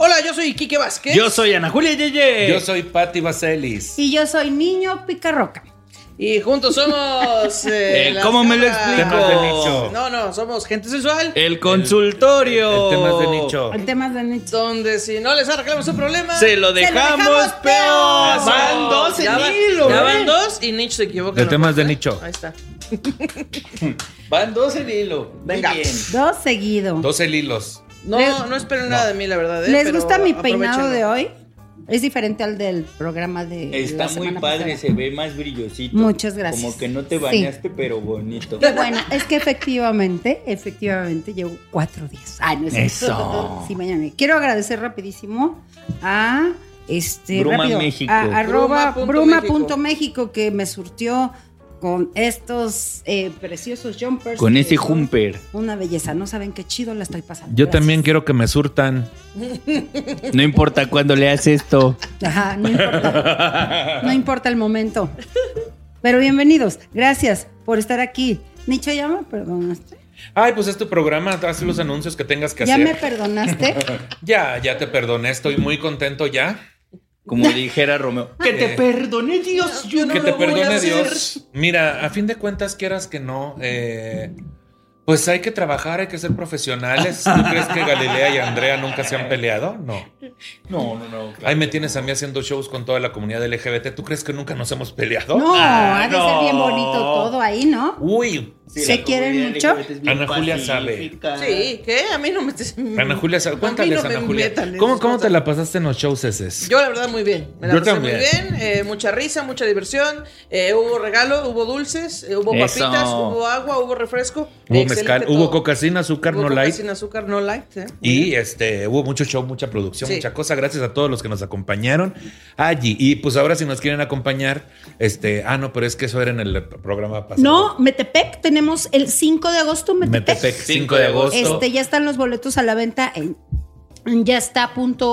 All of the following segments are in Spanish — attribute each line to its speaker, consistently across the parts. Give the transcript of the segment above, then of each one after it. Speaker 1: Hola, yo soy Quique Vázquez.
Speaker 2: Yo soy Ana Julia Yeye.
Speaker 3: Yo soy Patti Vaselis.
Speaker 4: Y yo soy Niño Picarroca.
Speaker 1: Y juntos somos.
Speaker 2: Eh, ¿cómo me lo explico? Eh.
Speaker 3: Temas de nicho.
Speaker 1: No, no, somos gente sensual.
Speaker 2: El consultorio.
Speaker 3: El temas de nicho.
Speaker 4: El tema de Nietzsche.
Speaker 1: Donde si no les arreglamos su problema.
Speaker 2: Se lo
Speaker 4: dejamos
Speaker 2: dejamos,
Speaker 4: peor.
Speaker 2: peor. Van dos
Speaker 1: ya
Speaker 2: en
Speaker 1: van,
Speaker 2: hilo.
Speaker 1: ya
Speaker 2: ¿eh?
Speaker 1: van dos y Nietzsche se equivoca.
Speaker 3: De
Speaker 1: en la
Speaker 3: temas de
Speaker 1: cuarta.
Speaker 3: nicho.
Speaker 1: Ahí está.
Speaker 2: Van dos en hilo.
Speaker 1: Venga.
Speaker 2: Muy bien.
Speaker 4: Dos seguido.
Speaker 3: 12 lilos.
Speaker 1: No,
Speaker 4: Les-
Speaker 1: no esperen nada de mí, la verdad. eh,
Speaker 4: ¿Les
Speaker 1: pero
Speaker 4: gusta mi
Speaker 1: aprovechenlo.
Speaker 4: peinado de hoy? Es diferente al del programa de.
Speaker 5: Está
Speaker 4: la
Speaker 5: muy
Speaker 4: semana
Speaker 5: padre,
Speaker 4: pasada.
Speaker 5: se ve más brillosito.
Speaker 4: Muchas gracias.
Speaker 5: Como que no te
Speaker 4: Sí.
Speaker 5: bañaste, pero bonito.
Speaker 4: Qué bueno, es que efectivamente, efectivamente llevo cuatro días. Ay, no es
Speaker 2: Eso.
Speaker 4: Sí, mañana. Quiero agradecer rapidísimo a este
Speaker 5: Bruma
Speaker 4: rápido,
Speaker 5: México.
Speaker 4: a arroba
Speaker 1: Bruma punto
Speaker 4: bruma.mexico que me surtió con estos eh, preciosos jumpers.
Speaker 5: Con
Speaker 4: que
Speaker 5: ese
Speaker 4: son
Speaker 5: jumper.
Speaker 4: Una belleza, no saben qué chido la estoy pasando.
Speaker 3: Yo
Speaker 4: Gracias.
Speaker 3: también quiero que me surtan.
Speaker 5: No importa cuándo leas esto.
Speaker 4: Ajá, no importa. No importa el momento. Pero bienvenidos. Gracias por estar aquí. Nicho, ya me perdonaste.
Speaker 3: Ay, pues es tu programa, haz los anuncios que tengas que
Speaker 4: Ya me
Speaker 3: hacer.
Speaker 4: perdonaste.
Speaker 3: Ya, ya te perdoné, estoy muy contento ya.
Speaker 5: Como dijera Romeo.
Speaker 2: Que te perdone, Dios. Yo no
Speaker 3: que
Speaker 2: lo
Speaker 3: te
Speaker 2: voy a
Speaker 3: perdone
Speaker 2: hacer.
Speaker 3: Dios. Mira, a fin de cuentas, quieras que no, eh, pues hay que trabajar, hay que ser profesionales. ¿Tú crees que Galilea y Andrea nunca se han peleado? No.
Speaker 5: No, no, no.
Speaker 3: Ahí me tienes a mí haciendo shows con toda la comunidad LGBT. ¿Tú crees que nunca nos hemos peleado?
Speaker 4: No,
Speaker 2: Ah,
Speaker 4: ha de ser
Speaker 2: no.
Speaker 4: bien bonito todo ahí, ¿no?
Speaker 3: Uy,
Speaker 4: ¿Se quieren mucho?
Speaker 3: Ana Julia sabe.
Speaker 1: Sí, ¿qué? A mí no me. estés-
Speaker 3: Ana Julia, sa-
Speaker 1: A mí
Speaker 3: cuéntales,
Speaker 1: no me
Speaker 3: Ana Julia.
Speaker 1: metan en
Speaker 3: ¿Cómo,
Speaker 1: sus
Speaker 3: ¿Cómo te
Speaker 1: cosas.
Speaker 3: la pasaste en los shows esos?
Speaker 1: Yo, la verdad, muy bien. Me la
Speaker 3: Yo
Speaker 1: pasé muy
Speaker 3: también.
Speaker 1: bien. eh, mucha risa, mucha diversión. eh, hubo regalo, hubo dulces, eh, hubo
Speaker 5: Eso.
Speaker 1: papitas, hubo agua, hubo refresco.
Speaker 3: hubo
Speaker 1: Excelente
Speaker 3: mezcal,
Speaker 1: todo.
Speaker 3: hubo coca sin azúcar,
Speaker 1: Hubo
Speaker 3: no
Speaker 1: coca
Speaker 3: light.
Speaker 1: Sin azúcar, no light. eh.
Speaker 3: Y este, hubo mucho show, mucha producción,
Speaker 1: Sí.
Speaker 3: mucha cosa. Gracias a todos los que nos acompañaron allí. Y pues ahora si nos quieren acompañar, este, ah, no, pero es que eso era en el programa pasado.
Speaker 4: No, Metepec, tenemos el 5 de agosto Metepec.
Speaker 3: Metepec, 5 de agosto.
Speaker 4: Este, ya están los boletos a la venta en, en yasta.mx.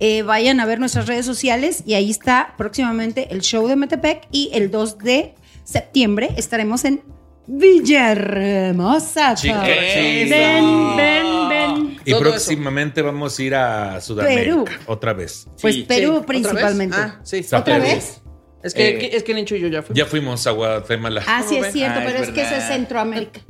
Speaker 4: Eh, vayan a ver nuestras redes sociales y ahí está próximamente el show de Metepec y el 2 de septiembre estaremos en Villahermosa.
Speaker 3: Chica,
Speaker 4: Ah. ven,
Speaker 3: chica.
Speaker 4: ven, ven.
Speaker 3: y
Speaker 1: Todo
Speaker 3: próximamente vamos a ir a Sudamérica
Speaker 4: Perú.
Speaker 3: otra vez.
Speaker 4: Pues
Speaker 5: Sí.
Speaker 1: Sí,
Speaker 4: Perú
Speaker 1: ¿otra
Speaker 4: principalmente.
Speaker 1: vez? Ah, sí.
Speaker 3: ¿Otra
Speaker 4: vez?
Speaker 1: Es que,
Speaker 5: Eh,
Speaker 1: es que Nincho y yo ya fuimos.
Speaker 3: Ya fuimos a Guatemala.
Speaker 4: Ah, sí,
Speaker 1: ¿Cómo
Speaker 4: es
Speaker 1: ven?
Speaker 4: cierto,
Speaker 5: Ah,
Speaker 4: pero
Speaker 5: es
Speaker 4: es, que eso es
Speaker 5: verdad.
Speaker 4: Centroamérica.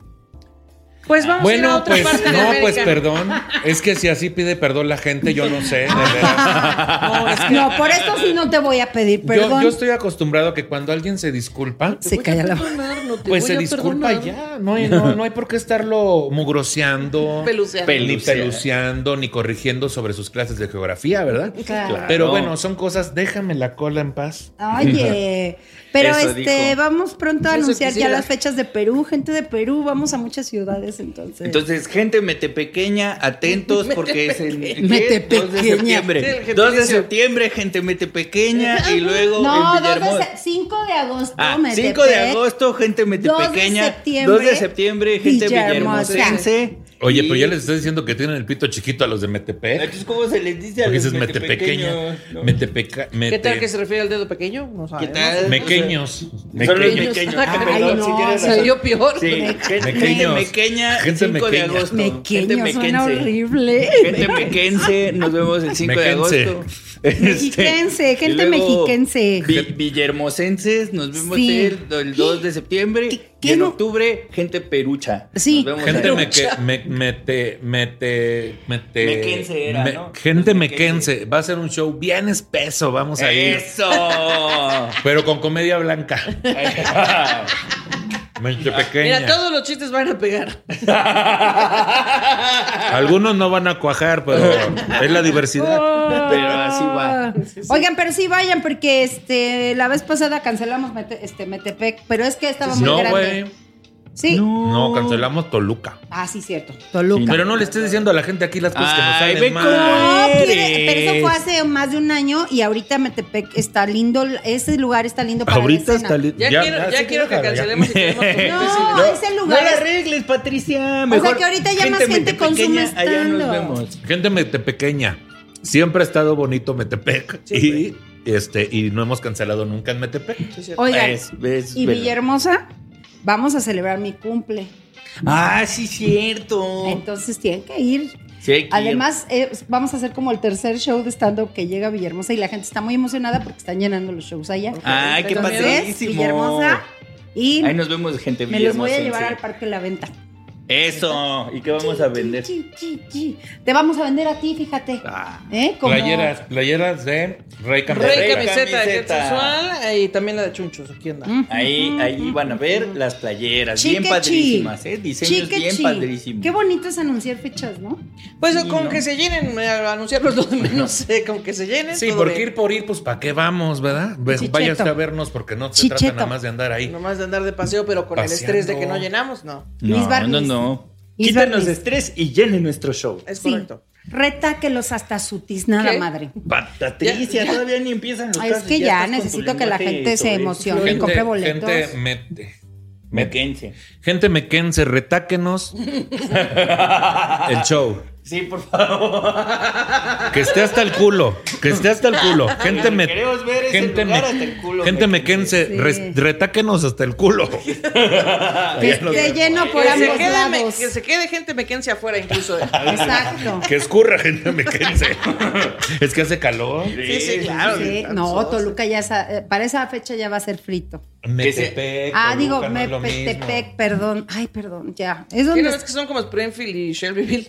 Speaker 1: Pues vamos a ir a
Speaker 3: Bueno,
Speaker 1: otra
Speaker 3: pues
Speaker 1: parte de
Speaker 3: no,
Speaker 1: América.
Speaker 3: pues perdón. Es que si así pide perdón la gente, yo no sé, de verdad.
Speaker 4: No, por esto sí no te voy a pedir
Speaker 3: Yo,
Speaker 4: perdón.
Speaker 3: yo estoy acostumbrado a que cuando alguien se disculpa,
Speaker 4: Se calla la boca.
Speaker 1: Perdonar, no te
Speaker 3: pues
Speaker 1: voy
Speaker 3: se
Speaker 1: a
Speaker 3: disculpa
Speaker 1: perdonar.
Speaker 3: ya. No hay, no, no hay por qué estarlo mugroseando,
Speaker 1: Pelucear.
Speaker 3: ni
Speaker 5: Pelucear.
Speaker 3: peluceando, ni corrigiendo sobre sus clases de geografía, ¿verdad?
Speaker 4: Claro.
Speaker 3: Pero
Speaker 5: Claro.
Speaker 3: bueno, son cosas, déjame la cola en paz.
Speaker 5: Ah,
Speaker 4: Oye, pero
Speaker 5: Eso
Speaker 4: este,
Speaker 5: dijo.
Speaker 4: vamos pronto a
Speaker 1: Eso
Speaker 4: anunciar
Speaker 1: quisiera.
Speaker 4: ya las fechas de Perú, gente de Perú, vamos a muchas ciudades
Speaker 1: Este,
Speaker 4: entonces.
Speaker 5: Entonces, gente metepequeña, atentos porque es el ¿qué? 2 de
Speaker 4: Metepequeña.
Speaker 1: Sí, el
Speaker 5: septiembre.
Speaker 1: gentilicio.
Speaker 5: 2 de septiembre, gente metepequeña y luego
Speaker 4: no,
Speaker 5: en
Speaker 4: dos de
Speaker 5: Villahermosa.
Speaker 4: se- 5 de agosto,
Speaker 5: Ah,
Speaker 4: Metepec.
Speaker 5: 5 de agosto, gente
Speaker 4: Dos de
Speaker 5: metepequeña. 2 de
Speaker 4: septiembre,
Speaker 5: septiembre, gente
Speaker 4: Villahermosa.
Speaker 5: villahermosense.
Speaker 3: Oye,
Speaker 5: Y-
Speaker 3: pero ya les estás diciendo que tienen el pito chiquito a los de Metepec.
Speaker 5: Entonces, ¿cómo se les dice a
Speaker 3: Porque
Speaker 5: los
Speaker 3: dices Metepequeña.
Speaker 5: metepequeños? No.
Speaker 3: Metepeca.
Speaker 1: ¿Qué tal que
Speaker 3: Mete,
Speaker 1: se refiere al dedo pequeño? No
Speaker 5: ¿Qué
Speaker 1: sabemos.
Speaker 5: tal?
Speaker 3: mequeños.
Speaker 5: Son los
Speaker 3: Mequeños.
Speaker 5: pequeños.
Speaker 1: Ah,
Speaker 5: Ah,
Speaker 1: caray,
Speaker 5: perdón,
Speaker 4: no,
Speaker 5: sí tienes
Speaker 1: Se
Speaker 5: razón.
Speaker 1: oyó peor.
Speaker 5: Sí, gente
Speaker 3: Mequeños.
Speaker 5: mequeña,
Speaker 3: Gente
Speaker 5: 5 de
Speaker 3: mequeña.
Speaker 5: agosto. Gente
Speaker 4: Mequeño, suena
Speaker 5: mequense.
Speaker 4: horrible.
Speaker 5: Gente mequense, nos vemos el 5
Speaker 3: Mequense.
Speaker 5: de agosto. Este,
Speaker 4: Mexiquense,
Speaker 5: y
Speaker 4: gente
Speaker 5: luego
Speaker 4: mexiquense.
Speaker 5: vi- villahermosenses, nos vemos
Speaker 4: Sí.
Speaker 5: el, el 2 de septiembre.
Speaker 4: ¿Qué-
Speaker 5: y
Speaker 4: qué
Speaker 5: en
Speaker 4: no?
Speaker 5: octubre, gente perucha.
Speaker 4: Sí.
Speaker 5: Nos vemos
Speaker 3: Gente
Speaker 5: ahí.
Speaker 3: meque, me- mete, mete, mete.
Speaker 5: Mequense era, ¿no?
Speaker 3: Gente
Speaker 5: Los
Speaker 3: mequense. Va a ser un show bien espeso. Vamos a ir.
Speaker 5: ¡Eso!
Speaker 3: Pero con comedia blanca. Mente pequeña.
Speaker 1: Mira, todos los chistes van a pegar.
Speaker 3: Algunos no van a cuajar, pero es la
Speaker 4: Oh,
Speaker 3: diversidad.
Speaker 5: Pero así va.
Speaker 4: Oigan, pero sí vayan porque este la vez pasada cancelamos Mete- este Metepec, pero es que estaba muy
Speaker 3: No,
Speaker 4: grande.
Speaker 3: güey.
Speaker 4: Sí.
Speaker 3: No, cancelamos Toluca.
Speaker 4: Ah, sí, cierto.
Speaker 5: Sí,
Speaker 3: Pero no le estés diciendo a la gente aquí las cosas que nos
Speaker 5: Ay,
Speaker 3: salen
Speaker 5: ve
Speaker 3: mal.
Speaker 5: cómo-
Speaker 4: No,
Speaker 5: Eres.
Speaker 4: quiere- pero eso fue hace más de un año y ahorita Metepec está lindo, ese lugar está lindo para
Speaker 3: Ahorita
Speaker 4: la cena.
Speaker 3: está li-
Speaker 1: Ya, quiero, ya
Speaker 3: sí,
Speaker 1: quiero que
Speaker 3: déjala, ya.
Speaker 1: cancelemos y quedemos como
Speaker 4: No,
Speaker 1: imbéciles.
Speaker 4: ese
Speaker 5: No
Speaker 4: lugar
Speaker 5: la
Speaker 4: es-
Speaker 5: arregles, Patricia. Mejor
Speaker 4: que ahorita ya más gente consume
Speaker 5: metepequeña, Allá nos
Speaker 4: estando.
Speaker 5: vemos.
Speaker 3: Gente metepequeña. Siempre ha estado bonito Metepec
Speaker 1: Sí,
Speaker 3: y este y no hemos cancelado nunca en Metepec.
Speaker 1: Sí, es cierto.
Speaker 4: Oigan,
Speaker 5: Es- es
Speaker 4: y
Speaker 5: verdad.
Speaker 4: Villahermosa, vamos a celebrar mi cumple.
Speaker 5: Ah, sí, cierto.
Speaker 4: Entonces tienen que ir.
Speaker 5: Sí, hay que ir.
Speaker 4: Además, eh, vamos a hacer como el tercer show de stand-up que llega a Villahermosa y la gente está muy emocionada porque están llenando los shows allá.
Speaker 5: Ay, qué
Speaker 1: Entonces,
Speaker 4: Entonces,
Speaker 5: padrísimo.
Speaker 4: Villahermosa y
Speaker 5: Ahí nos vemos, gente.
Speaker 4: me los voy a
Speaker 5: Villahermosa,
Speaker 4: llevar
Speaker 5: sí.
Speaker 4: al Parque La Venta.
Speaker 5: Eso. ¿Y qué vamos a vender?
Speaker 4: Chi, chi, chi. Te vamos a vender a ti, fíjate.
Speaker 5: Ah.
Speaker 4: ¿Eh? Como-
Speaker 3: Playeras, playeras de Rey Campeón.
Speaker 1: Rey
Speaker 5: Rey
Speaker 1: camiseta de Jet
Speaker 5: camiseta.
Speaker 1: Sensual y también la de Chunchos. Aquí anda.
Speaker 4: Mm.
Speaker 5: Ahí, ahí van a ver las playeras,
Speaker 4: Chique,
Speaker 5: bien padrísimas, ¿eh? diseños
Speaker 4: Chique,
Speaker 5: bien
Speaker 4: chi.
Speaker 5: padrísimos.
Speaker 4: Qué bonito es anunciar fechas, ¿no?
Speaker 1: Pues
Speaker 5: Sí,
Speaker 1: con
Speaker 5: ¿no?
Speaker 1: que se llenen, eh, anunciarlos los menos, sé, con que se llenen.
Speaker 3: Sí,
Speaker 1: todo
Speaker 3: porque
Speaker 1: bien.
Speaker 3: ir por ir, pues ¿para qué vamos, verdad? Ve-
Speaker 4: Chicheto.
Speaker 3: Váyase a vernos porque no se
Speaker 4: Chicheto.
Speaker 3: trata nada más de andar ahí.
Speaker 1: Nomás de andar de paseo, pero con el
Speaker 3: Paseando.
Speaker 1: estrés de que no llenamos, no.
Speaker 4: Miss
Speaker 5: No,
Speaker 4: Barnes.
Speaker 5: no, no.
Speaker 4: Miss
Speaker 5: Quítanos
Speaker 4: Barnes.
Speaker 5: estrés y llene nuestro show.
Speaker 1: Es
Speaker 4: Sí.
Speaker 1: correcto.
Speaker 4: Retáquelos hasta su tiznada
Speaker 1: ¿Qué?
Speaker 4: madre.
Speaker 5: Patricia, todavía ni empiezan los
Speaker 4: Ay, Ah, es
Speaker 5: casos
Speaker 4: que
Speaker 5: y
Speaker 4: ya
Speaker 5: estás con tu
Speaker 4: necesito que la
Speaker 5: lenguaje
Speaker 4: gente se
Speaker 5: sobre-
Speaker 4: emocione. Yo compré boletos.
Speaker 3: gente mete. mete-
Speaker 5: Mequense.
Speaker 3: Gente mequense, retáquenos el show.
Speaker 5: Sí, por favor.
Speaker 3: Que esté hasta el culo. Que esté hasta el culo. Gente
Speaker 5: Lo que
Speaker 3: me.
Speaker 5: queremos ver es el
Speaker 3: gente
Speaker 5: lugar
Speaker 3: me-
Speaker 5: hasta el culo,
Speaker 3: gente
Speaker 5: mequense.
Speaker 3: mequense,
Speaker 4: Sí.
Speaker 3: res- retáquenos hasta el culo.
Speaker 4: Que
Speaker 3: Allá nos
Speaker 4: esté
Speaker 3: vemos.
Speaker 4: lleno por
Speaker 1: Que se,
Speaker 4: ambos
Speaker 1: quede, me-
Speaker 4: lados.
Speaker 1: que se quede gente mequense afuera incluso. eh.
Speaker 4: Exacto.
Speaker 3: Que escurra, gente mequense. es que hace calor.
Speaker 1: sí, sí, claro.
Speaker 4: Sí, no, Toluca ya sa- eh, para esa fecha ya va a ser frito.
Speaker 3: Metepec.
Speaker 4: ah, digo,
Speaker 3: Eh, Toluca, no es lo
Speaker 4: Mepetepec,
Speaker 3: mismo.
Speaker 4: perdón. Ay, perdón, ya. Es donde
Speaker 1: Una vez que son como Springfield y Shelbyville.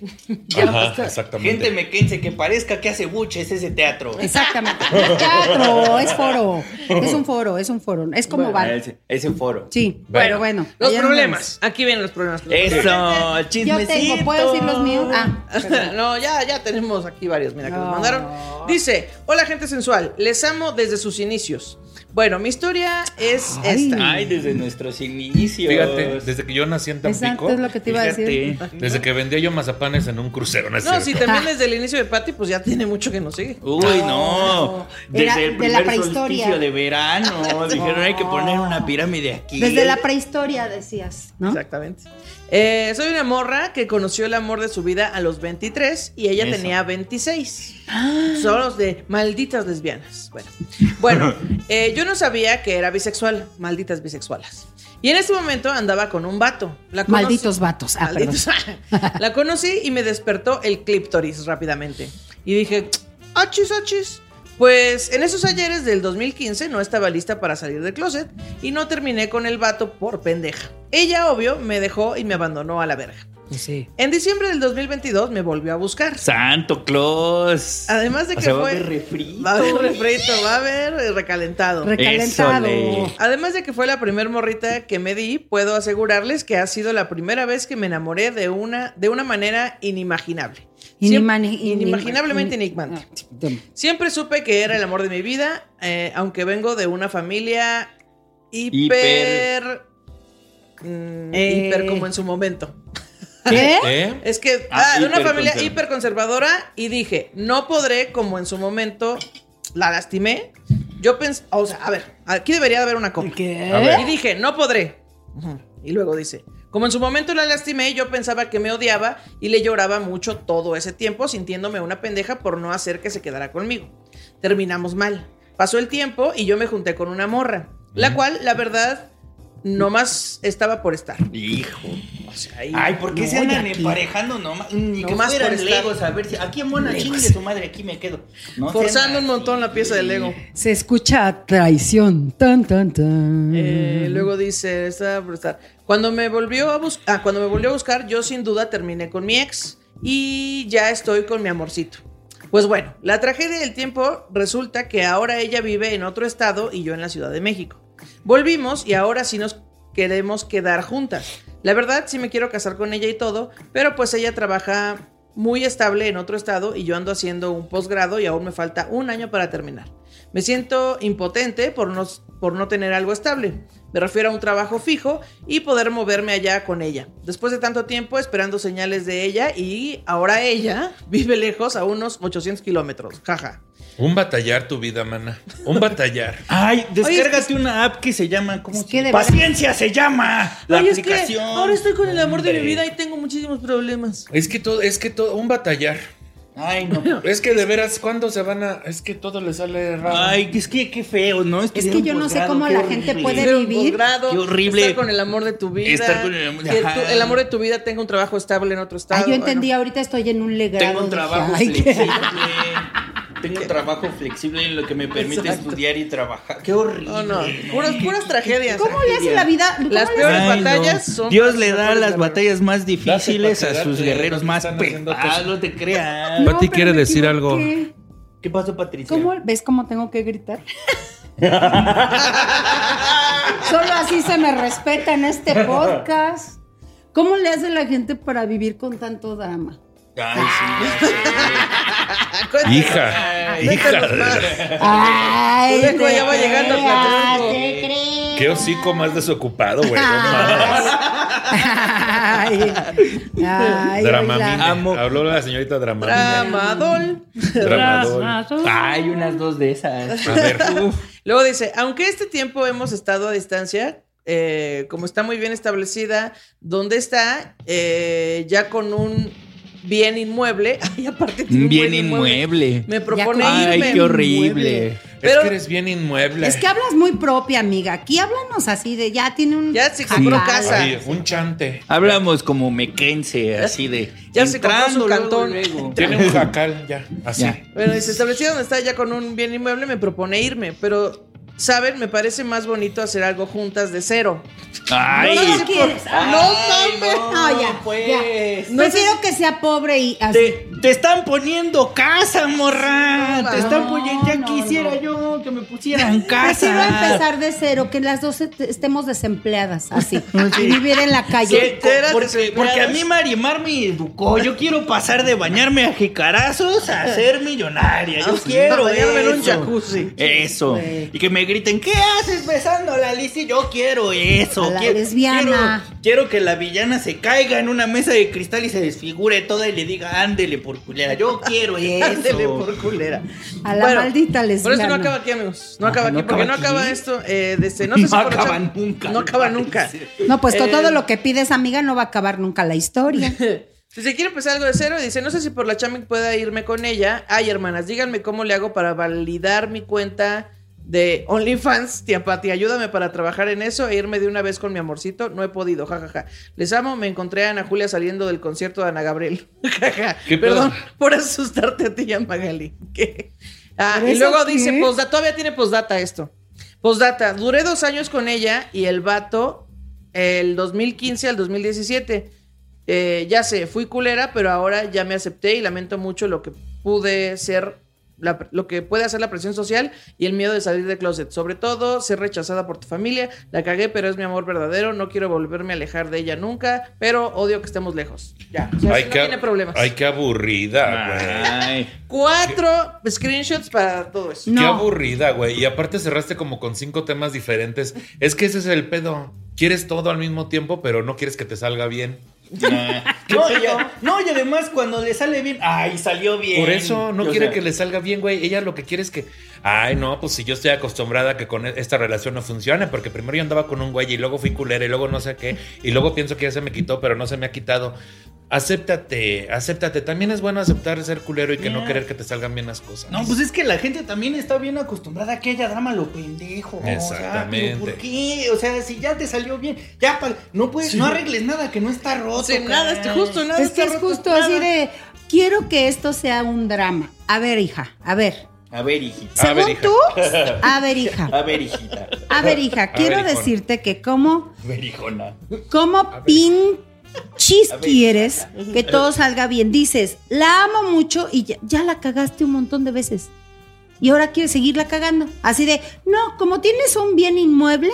Speaker 3: Ajá, exactamente.
Speaker 5: Gente mequense que parezca que hace buche es ese teatro.
Speaker 4: Exactamente. No es teatro, es foro. Es un foro, es un foro. Es como
Speaker 5: Bueno,
Speaker 4: bar.
Speaker 5: Ah, Ese, ese foro.
Speaker 4: Sí, pero bueno.
Speaker 1: Los
Speaker 4: allá nos
Speaker 1: problemas. Aquí vienen los problemas.
Speaker 5: Eh. Eso,
Speaker 4: vemos. Yo
Speaker 5: chismecito.
Speaker 4: tengo, ¿puedo decir los míos? Ah, perdón.
Speaker 1: no, ya, ya tenemos aquí varios, mira, que nos
Speaker 4: No.
Speaker 1: mandaron. Dice, hola gente sensual, les amo desde sus inicios. Bueno, mi historia es esta.
Speaker 5: Ay, desde nuestros inicios.
Speaker 3: Fíjate, desde que yo nací en Tampico,
Speaker 4: Exacto, es lo que te iba a decir.
Speaker 5: Fíjate.
Speaker 3: desde que vendía yo mazapanes en un crucero, no es
Speaker 1: No,
Speaker 3: cierto.
Speaker 1: sí, también desde el inicio de Patty, pues ya tiene mucho que nos sigue.
Speaker 5: Uy, no.
Speaker 4: No.
Speaker 5: Desde
Speaker 4: Era
Speaker 5: el
Speaker 4: de la
Speaker 5: primer
Speaker 4: prehistoria.
Speaker 5: solsticio de verano. Dijeron, hay que poner una pirámide aquí.
Speaker 4: Desde la prehistoria decías, ¿no?
Speaker 1: Exactamente. Eh, soy una morra que conoció el amor de su vida a los 23 y ella
Speaker 5: Eso.
Speaker 1: tenía 26. Son los de malditas lesbianas. Bueno, bueno eh, yo no sabía que era bisexual, malditas bisexualas. Y en ese momento andaba con un vato. La conocí-
Speaker 4: Malditos vatos. Ah, perdón.
Speaker 1: Malditos. La conocí y me despertó el clíptoris rápidamente. Y dije, achis, achis. Pues en esos ayeres del 2015 no estaba lista para salir del closet y no terminé con el vato por pendeja. Ella, obvio, me dejó y me abandonó a la verga.
Speaker 4: Pues
Speaker 2: Sí.
Speaker 1: En diciembre del 2022 me volvió a buscar.
Speaker 5: Santo Claus.
Speaker 1: Además de
Speaker 5: O
Speaker 1: que
Speaker 5: sea, va a
Speaker 1: fue-
Speaker 5: haber refrito.
Speaker 1: Va a haber refrito, va a haber eh, recalentado.
Speaker 4: Recalentado.
Speaker 5: Eso,
Speaker 1: Además de que fue la primer morrita que me di, puedo asegurarles que ha sido la primera vez que me enamoré de una, de una manera inimaginable. Siem-
Speaker 4: Inimani-
Speaker 1: inimaginablemente
Speaker 4: inim-
Speaker 1: enigmante.
Speaker 4: Ah, de-
Speaker 1: Siempre supe que era el amor de mi vida, eh, aunque vengo de una familia hiper...
Speaker 5: Hiper.
Speaker 1: mm,
Speaker 4: Eh.
Speaker 1: Hiper como en su momento.
Speaker 4: ¿Qué?
Speaker 3: ¿Eh?
Speaker 1: Es que,
Speaker 5: Ah,
Speaker 1: ah, de una
Speaker 5: hiper
Speaker 1: familia
Speaker 5: conserva-
Speaker 1: hiper conservadora y dije, no podré como en su momento la lastimé. Yo pensé, o sea, a ver, aquí debería haber una copia.
Speaker 3: A
Speaker 1: Y
Speaker 3: ver.
Speaker 1: dije, no podré. Ujú. Y luego dice, como en su momento la lastimé, yo pensaba que me odiaba y le lloraba mucho todo ese tiempo, sintiéndome una pendeja por no hacer que se quedara conmigo. Terminamos mal. Pasó el tiempo y yo me junté con una morra, la cual, la verdad, nomás estaba por estar.
Speaker 5: Hijo.
Speaker 1: O sea, ahí-
Speaker 5: Ay, ¿por qué se andan emparejando nomás? Ni
Speaker 1: No
Speaker 5: que
Speaker 1: más
Speaker 5: fueran
Speaker 1: por estar.
Speaker 5: legos, a ver si. Aquí en Mona chingue su madre, aquí me quedo. No sean
Speaker 1: Forzando un
Speaker 5: así.
Speaker 1: montón la pieza de Lego.
Speaker 4: Se escucha a traición. Tan, tan, tan.
Speaker 1: Eh, luego dice, estaba por estar. Cuando me volvió a buscar, cuando me volvió a buscar, yo sin duda terminé con mi ex y ya estoy con mi amorcito. Pues bueno, la tragedia del tiempo resulta que ahora ella vive en otro estado y yo en la Ciudad de México. Volvimos y ahora sí nos queremos quedar juntas. La verdad sí me quiero casar con ella y todo, pero pues ella trabaja muy estable en otro estado y yo ando haciendo un posgrado y aún me falta un año para terminar. Me siento impotente por no, por no tener algo estable. Me refiero a un trabajo fijo y poder moverme allá con ella. Después de tanto tiempo esperando señales de ella y ahora ella vive lejos a unos 800 kilómetros. Jaja.
Speaker 3: Un batallar tu vida, mana. Un batallar.
Speaker 5: Ay, descárgate una app que se llama. ¿Cómo
Speaker 4: Es
Speaker 5: se
Speaker 4: que de
Speaker 5: llama? Paciencia se llama. La
Speaker 1: Ay, es que
Speaker 5: aplicación.
Speaker 1: ahora estoy con el amor de mi
Speaker 5: Hombre.
Speaker 1: vida y tengo muchísimos problemas.
Speaker 3: Es que todo, es que todo, un batallar.
Speaker 5: Ay, no.
Speaker 3: Es que de veras, ¿cuándo se van a.? Es que todo le sale raro.
Speaker 5: Ay, es que qué feo, ¿no?
Speaker 4: Es que yo no sé cómo la gente puede
Speaker 1: Hacer un
Speaker 4: vivir.
Speaker 1: posgrado,
Speaker 5: Qué horrible.
Speaker 1: Estar con el amor de tu vida.
Speaker 5: Estar con el amor-
Speaker 1: que tu-
Speaker 5: Ajá.
Speaker 1: el amor de tu vida tenga un trabajo estable en otro estado.
Speaker 4: Ah, yo entendí,
Speaker 1: Bueno,
Speaker 4: ahorita estoy en un legado.
Speaker 5: Tengo un
Speaker 4: dije,
Speaker 5: trabajo
Speaker 4: ay, qué-
Speaker 5: flexible. Tengo un trabajo flexible en lo que me permite
Speaker 1: Exacto.
Speaker 5: estudiar y trabajar. Qué horrible.
Speaker 1: no, no. Puras, puras tragedias.
Speaker 4: ¿Cómo le hace la vida? ¿Cómo
Speaker 1: Las
Speaker 4: le-
Speaker 1: peores
Speaker 5: Ay, no.
Speaker 1: batallas son.
Speaker 5: Dios
Speaker 1: para
Speaker 5: le da
Speaker 1: mejores
Speaker 5: las
Speaker 1: guerreros.
Speaker 5: batallas más difíciles a
Speaker 3: Date pa'
Speaker 5: sus
Speaker 3: quedarte,
Speaker 5: guerreros
Speaker 3: porque
Speaker 5: más
Speaker 3: están haciendo pues
Speaker 5: pesados.
Speaker 3: cosas.
Speaker 5: No te creas.
Speaker 4: No,
Speaker 3: Pati
Speaker 4: pero
Speaker 3: quiere
Speaker 4: me
Speaker 3: decir algo.
Speaker 4: equivoqué.
Speaker 5: ¿Qué pasó, Patricia?
Speaker 4: ¿Cómo? ¿Ves cómo tengo que gritar? Solo así se me respeta en este podcast. ¿Cómo le hace la gente para vivir con tanto drama?
Speaker 5: Ay, sí,
Speaker 1: Ah, cuéntanos.
Speaker 3: Hija, hija.
Speaker 1: Cuéntanos más.
Speaker 4: Ay,
Speaker 1: Tú ves cómo ya va llegando al
Speaker 4: ah,
Speaker 1: plato.
Speaker 4: ¿qué crees?
Speaker 3: Qué hocico más desocupado, güey. no mames.
Speaker 4: Ay, ay,
Speaker 3: Dramamine.
Speaker 4: oiga.
Speaker 5: Amo.
Speaker 3: Habló la señorita Dramamine.
Speaker 1: Tramadol.
Speaker 3: Dramadol.
Speaker 5: sí. Ay, unas dos de esas.
Speaker 3: A ver.
Speaker 1: Luego dice, aunque este tiempo hemos estado a distancia, eh, como está muy bien establecida, ¿dónde está? Eh, ya con un bien inmueble. Ay, aparte tiene un
Speaker 5: Bien
Speaker 1: buen
Speaker 5: inmueble.
Speaker 1: Me propone
Speaker 4: con-
Speaker 1: irme.
Speaker 5: Ay, qué horrible.
Speaker 3: Es
Speaker 1: Pero-
Speaker 3: que eres bien inmueble.
Speaker 4: Es que hablas muy propia, amiga. Aquí háblanos así de ya tiene un.
Speaker 1: Ya se compró
Speaker 4: jacal.
Speaker 1: casa.
Speaker 3: Ay, un chante.
Speaker 5: Hablamos como mequense, así de.
Speaker 1: Ya se compró su
Speaker 5: entrando luego,
Speaker 1: cantón.
Speaker 5: luego.
Speaker 3: Tiene un jacal ya, así.
Speaker 5: Ya.
Speaker 1: Bueno, dice, establecida donde está ya con un bien inmueble, me propone irme, pero, ¿saben? Me parece más bonito hacer algo juntas de cero.
Speaker 5: Ay,
Speaker 4: No lo quieres.
Speaker 5: Ay,
Speaker 4: Ah, no,
Speaker 5: no,
Speaker 4: no, ya,
Speaker 5: pues.
Speaker 4: ya. Prefiero que sea pobre y así.
Speaker 5: Te, te están poniendo casa, morra. te están
Speaker 4: No,
Speaker 5: poniendo. Ya
Speaker 4: no,
Speaker 5: quisiera
Speaker 4: no.
Speaker 5: yo que me pusieran
Speaker 4: Prefiero
Speaker 5: casa.
Speaker 4: empezar de cero, que las dos est- estemos desempleadas, así. Y vivir en la calle.
Speaker 5: Que- co- porque, porque a mí Marimar me educó. Yo quiero pasar de bañarme a jicarazos a ser millonaria. Yo quiero.
Speaker 1: bañarme en un
Speaker 5: Ah, eso.
Speaker 1: jacuzzi.
Speaker 5: Eso.
Speaker 4: Güey.
Speaker 5: Y que me griten, ¿qué haces besando a la Lizzy? Yo quiero eso.
Speaker 4: A la
Speaker 5: quiero,
Speaker 4: lesbiana.
Speaker 5: Quiero, quiero que la villana se caiga en una mesa de cristal y se desfigure toda y le diga, ándele por culera. Yo quiero eso.
Speaker 1: Ándele por culera.
Speaker 4: A la maldita
Speaker 1: Pero esto no
Speaker 4: lesbiana.
Speaker 1: acaba aquí, amigos. No acaba
Speaker 5: Ah,
Speaker 1: aquí,
Speaker 5: no
Speaker 1: porque
Speaker 5: acaba
Speaker 1: no acaba
Speaker 5: aquí.
Speaker 1: esto. eh, desde, no sé
Speaker 5: No
Speaker 1: si por
Speaker 5: acaba
Speaker 1: ocho-
Speaker 5: nunca,
Speaker 1: No
Speaker 5: me
Speaker 1: acaba
Speaker 5: parece.
Speaker 1: nunca.
Speaker 4: No, pues con
Speaker 1: Eh,
Speaker 4: todo lo que pides, amiga, no va a acabar nunca la historia.
Speaker 1: Si se quiere empezar algo de cero, dice, no sé si por la chamba pueda irme con ella. Ay, hermanas, díganme cómo le hago para validar mi cuenta de OnlyFans. Tía Pati, ayúdame para trabajar en eso e irme de una vez con mi amorcito. No he podido, jajaja. Les amo, me encontré a Ana Julia saliendo del concierto de Ana Gabriel. Jaja.
Speaker 3: ¿Qué pedo?
Speaker 1: Perdón por asustarte a ti y a Magali. ¿Qué? Ah,
Speaker 4: ¿Pero
Speaker 1: y
Speaker 4: eso
Speaker 1: luego
Speaker 4: qué?
Speaker 1: dice, posdata, todavía tiene posdata esto. Posdata, duré dos años con ella y el vato el 2015 al 2017. Eh, ya sé, fui culera, pero ahora ya me acepté y lamento mucho lo que pude ser, la- lo que puede hacer la presión social y el miedo de salir de closet. Sobre todo, ser rechazada por tu familia. La cagué, pero es mi amor verdadero. No quiero volverme a alejar de ella nunca, pero odio que estemos lejos. Ya, o sea,
Speaker 3: Ay,
Speaker 1: no
Speaker 3: qué,
Speaker 1: tiene problemas.
Speaker 3: ay, qué aburrida, güey.
Speaker 5: Ay.
Speaker 1: Cuatro screenshots para todo eso.
Speaker 3: Qué
Speaker 4: No.
Speaker 3: aburrida, güey. Y aparte cerraste como con cinco temas diferentes. Es que ese es el pedo. Quieres todo al mismo tiempo, pero no quieres que te salga bien.
Speaker 5: No, y, no, y además cuando le sale bien, ay, salió bien.
Speaker 3: Por eso no
Speaker 5: O
Speaker 3: quiere
Speaker 5: sea,
Speaker 3: que le salga bien, güey. Ella lo que quiere es que, ay, no, pues si yo estoy acostumbrada a que con esta relación no funcione, porque primero yo andaba con un güey y luego fui culera y luego no sé qué, y luego pienso que ya se me quitó, pero no se me ha quitado. Acéptate, acéptate. También es bueno aceptar ser culero y que no
Speaker 5: Ya.
Speaker 3: querer que te salgan bien las cosas.
Speaker 5: No, pues es que la gente también está bien acostumbrada a que haya drama lo pendejo. o sea,
Speaker 3: Exactamente.
Speaker 5: pero ¿Por qué? O sea, si ya te salió bien, ya pa- no puedes, no arregles nada que no está roto.
Speaker 1: Sí, nada,
Speaker 5: caray.
Speaker 1: es justo nada.
Speaker 4: es
Speaker 1: está
Speaker 4: que Pues es
Speaker 1: roto,
Speaker 4: justo
Speaker 1: nada.
Speaker 4: así de, quiero que esto sea un drama. A ver, hija, a ver.
Speaker 5: A ver, hijita.
Speaker 3: A ver,
Speaker 4: Según
Speaker 3: hija.
Speaker 4: tú, a ver, hija.
Speaker 5: A ver, hijita.
Speaker 4: A ver, hija,
Speaker 3: A
Speaker 4: quiero
Speaker 3: ver, hijona.
Speaker 4: decirte que como,
Speaker 5: A ver, hijona.
Speaker 4: como pinchis
Speaker 5: A ver.
Speaker 4: quieres que todo salga bien. Dices, la amo mucho y ya, ya la cagaste un montón de veces. Y ahora quieres seguirla cagando. Así de, no, como tienes un bien inmueble,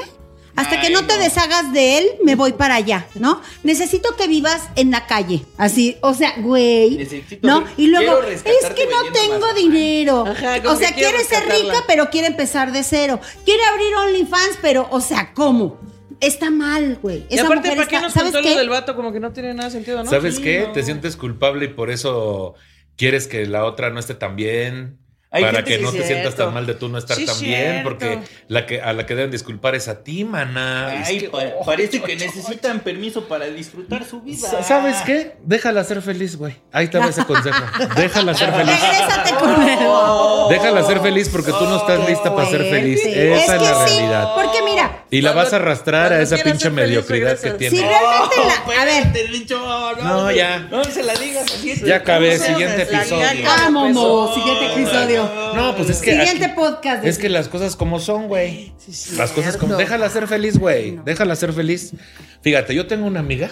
Speaker 4: Hasta que
Speaker 3: Ay,
Speaker 4: no te
Speaker 3: no.
Speaker 4: deshagas de él, me voy para allá, ¿no? Necesito que vivas en la calle. Así, o sea, güey.
Speaker 2: Necesito
Speaker 4: ¿No?
Speaker 2: ver-
Speaker 4: Y luego,
Speaker 2: quiero
Speaker 4: es
Speaker 2: rescatarte
Speaker 4: que no
Speaker 2: vendiendo
Speaker 4: tengo
Speaker 2: mazapán.
Speaker 4: dinero.
Speaker 1: Ajá, como
Speaker 4: o sea,
Speaker 1: que quiero
Speaker 4: quiere ser
Speaker 1: rescatarla.
Speaker 4: rica, pero quiere empezar de cero. Quiere abrir OnlyFans, pero, o sea, ¿cómo? Está mal, güey.
Speaker 1: Y
Speaker 4: Esa
Speaker 1: aparte,
Speaker 4: mujer
Speaker 1: ¿para qué
Speaker 4: está-
Speaker 1: nos
Speaker 4: ¿sabes
Speaker 1: contó
Speaker 4: qué?
Speaker 1: lo del vato? Como que no tiene nada de sentido, ¿no?
Speaker 3: ¿Sabes
Speaker 1: Sí,
Speaker 3: qué?
Speaker 1: no.
Speaker 3: Te sientes culpable y por eso quieres que la otra no esté tan bien.
Speaker 5: Hay
Speaker 3: para
Speaker 5: gente-
Speaker 3: que
Speaker 1: sí,
Speaker 3: no te
Speaker 1: cierto.
Speaker 3: sientas tan mal de tú no estar
Speaker 1: Sí,
Speaker 3: tan bien,
Speaker 1: cierto.
Speaker 3: porque la que, a la que deben disculpar es a ti, Este, maná.
Speaker 5: Ay, pa- parece que oh, necesitan permiso para disfrutar su vida.
Speaker 3: ¿Sabes qué? Déjala ser feliz, güey. Ahí te va ese consejo. Déjala ser feliz.
Speaker 4: Regrésate con él.
Speaker 5: Oh,
Speaker 3: Déjala ser feliz porque tú no estás lista para Oh, ser feliz.
Speaker 4: Fuerte.
Speaker 3: Esa
Speaker 4: Es
Speaker 3: es la
Speaker 4: que sí,
Speaker 3: realidad.
Speaker 4: Porque mira,
Speaker 3: Y la
Speaker 1: Cuando-
Speaker 3: vas a arrastrar a
Speaker 1: cuando
Speaker 3: esa
Speaker 1: quieras
Speaker 3: pinche
Speaker 1: ser feliz,
Speaker 3: mediocridad que
Speaker 1: regresas.
Speaker 3: tiene.
Speaker 4: si realmente la. A ver,
Speaker 5: Oh, Espérate, Richo, no,
Speaker 3: No,
Speaker 5: hombre,
Speaker 3: ya.
Speaker 5: No se la digas así.
Speaker 3: Ya acabé,
Speaker 5: No se-
Speaker 3: siguiente
Speaker 1: la
Speaker 3: episodio.
Speaker 1: caca. pues.
Speaker 4: vámonos. Siguiente episodio.
Speaker 3: No, pues es que.
Speaker 4: Siguiente
Speaker 3: aquí-
Speaker 4: podcast. de-
Speaker 3: Es que las cosas como son, güey.
Speaker 1: Sí, sí,
Speaker 3: Las cosas como.
Speaker 1: cierto.
Speaker 3: Déjala ser feliz, güey. Déjala ser feliz. Fíjate, yo tengo una amiga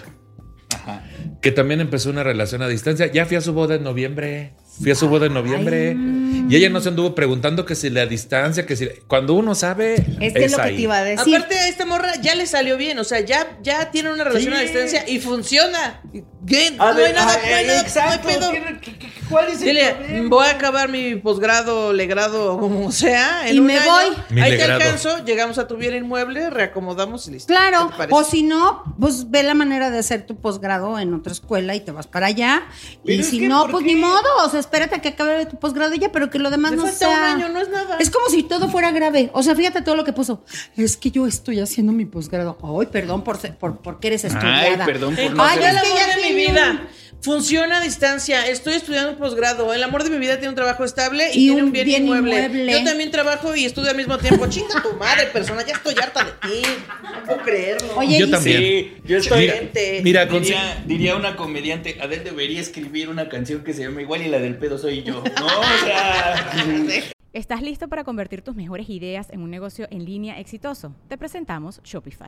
Speaker 3: que también empezó una relación a distancia. Ya fui a su boda en noviembre. Fui a su boda en noviembre. Y ella no se anduvo preguntando que si la distancia, que si. Cuando uno sabe.
Speaker 4: Es que es lo que
Speaker 3: ahí.
Speaker 4: te iba a decir.
Speaker 1: Aparte, a esta morra ya le salió bien. O sea, ya, ya tiene una relación a distancia y funciona. Bien,
Speaker 5: A
Speaker 1: no
Speaker 5: ver,
Speaker 1: hay nada,
Speaker 5: a
Speaker 1: no hay
Speaker 5: ver,
Speaker 1: nada,
Speaker 5: exacto,
Speaker 1: no hay pedo.
Speaker 5: ¿qué- qué- qué- ¿Cuál es el
Speaker 1: Dile,
Speaker 5: problema?
Speaker 1: voy a acabar mi posgrado, legrado, como sea. En
Speaker 4: Y
Speaker 1: un
Speaker 4: me
Speaker 1: año.
Speaker 4: voy.
Speaker 3: Mi
Speaker 1: Ahí
Speaker 3: legrado.
Speaker 1: te alcanzo, llegamos a tu bien inmueble, reacomodamos y listo.
Speaker 4: Claro,
Speaker 1: ¿Qué te parece?
Speaker 4: o si no, pues ve la manera de hacer tu posgrado en otra escuela y te vas para allá.
Speaker 5: Pero
Speaker 4: y
Speaker 5: es
Speaker 4: si
Speaker 5: que,
Speaker 4: no,
Speaker 5: ¿por
Speaker 4: pues
Speaker 5: qué?
Speaker 4: ni modo, o sea, espérate a que acabe tu posgrado ya, pero que lo demás
Speaker 1: Le
Speaker 4: no
Speaker 1: falta
Speaker 4: sea.
Speaker 1: un año, no es nada.
Speaker 4: Es como si todo fuera grave. O sea, fíjate todo lo que puso. Es que yo estoy haciendo mi posgrado. Ay, perdón por, ser- por, porque eres estudiada.
Speaker 2: Ay, perdón por no
Speaker 4: Ay,
Speaker 2: ser-
Speaker 4: ya
Speaker 1: el
Speaker 4: es que
Speaker 1: amor
Speaker 4: ya
Speaker 1: de mi
Speaker 4: tiene
Speaker 1: vida.
Speaker 4: un-
Speaker 1: Funciona a distancia. Estoy estudiando un posgrado. El amor de mi vida tiene un trabajo estable y,
Speaker 4: Y
Speaker 1: tiene
Speaker 4: un
Speaker 1: un bien,
Speaker 4: bien
Speaker 1: inmueble.
Speaker 4: inmueble.
Speaker 1: Yo también trabajo y estudio al mismo tiempo. Chinga tu madre, persona. Ya estoy harta de ti. No puedo creerlo.
Speaker 4: Oye,
Speaker 3: Yo
Speaker 4: y-
Speaker 3: también.
Speaker 5: Sí, yo estoy.
Speaker 3: Mira,
Speaker 1: gente.
Speaker 3: mira, consi-
Speaker 5: Diría, diría una comediante, Adel debería escribir una canción que se llama igual y la del pedo soy yo. No, o sea.
Speaker 6: ¿Estás listo para convertir tus mejores ideas en un negocio en línea exitoso? Te presentamos Shopify.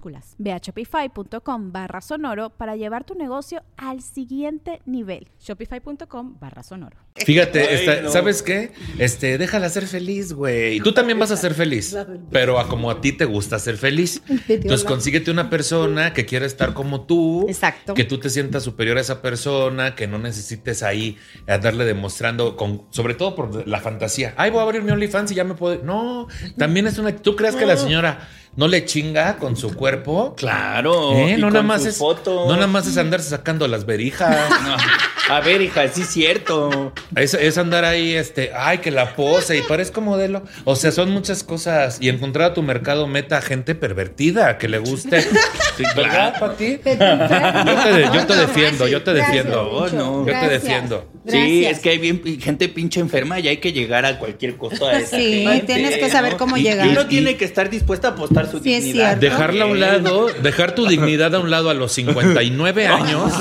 Speaker 7: Ve a shopify.com barra sonoro para llevar tu negocio al siguiente nivel.
Speaker 6: Shopify.com barra sonoro.
Speaker 3: Fíjate,
Speaker 5: Ay,
Speaker 3: esta-
Speaker 5: no.
Speaker 3: ¿sabes qué? Este, déjala ser feliz, güey. Tú también vas a ser feliz, pero a como a ti te gusta ser feliz. Entonces consíguete una persona que quiera estar como tú.
Speaker 4: Exacto.
Speaker 3: Que tú te sientas superior a esa persona, que no necesites ahí andarle demostrando, con, sobre todo por la fantasía. Ay, voy a abrir mi OnlyFans y ya me puedo. No, también es una. ¿Tú crees que
Speaker 5: Ah.
Speaker 3: la señora no le chinga con su cuerpo?
Speaker 5: Claro.
Speaker 3: ¿Eh?
Speaker 5: y
Speaker 3: No,
Speaker 5: con
Speaker 3: nada más
Speaker 5: sus
Speaker 3: es,
Speaker 5: fotos.
Speaker 3: no nada más es andarse sacando las verijas.
Speaker 5: No. A ver, hija, sí es cierto.
Speaker 3: Es, es andar ahí, este, ay, que la pose y parezco modelo. O sea, son muchas cosas. Y encontrar a tu mercado meta gente pervertida que le guste. ¿Verdad, Pati? Yo te, de- yo te defiendo, yo te
Speaker 4: Gracias,
Speaker 3: defiendo. Oh,
Speaker 4: Richo.
Speaker 3: no, yo te
Speaker 4: Gracias.
Speaker 3: defiendo.
Speaker 5: Sí,
Speaker 4: Gracias.
Speaker 5: es que hay bien y gente pinche enferma y hay que llegar a cualquier costo a esa
Speaker 4: Pues Sí,
Speaker 5: gente,
Speaker 4: tienes que saber cómo
Speaker 5: Y-
Speaker 4: llegar.
Speaker 5: Y uno
Speaker 3: Y-
Speaker 5: tiene que estar dispuesta a apostar su
Speaker 4: Sí, es
Speaker 5: dignidad.
Speaker 4: cierto.
Speaker 3: Dejarla a un lado, dejar tu dignidad a un lado a los 59 años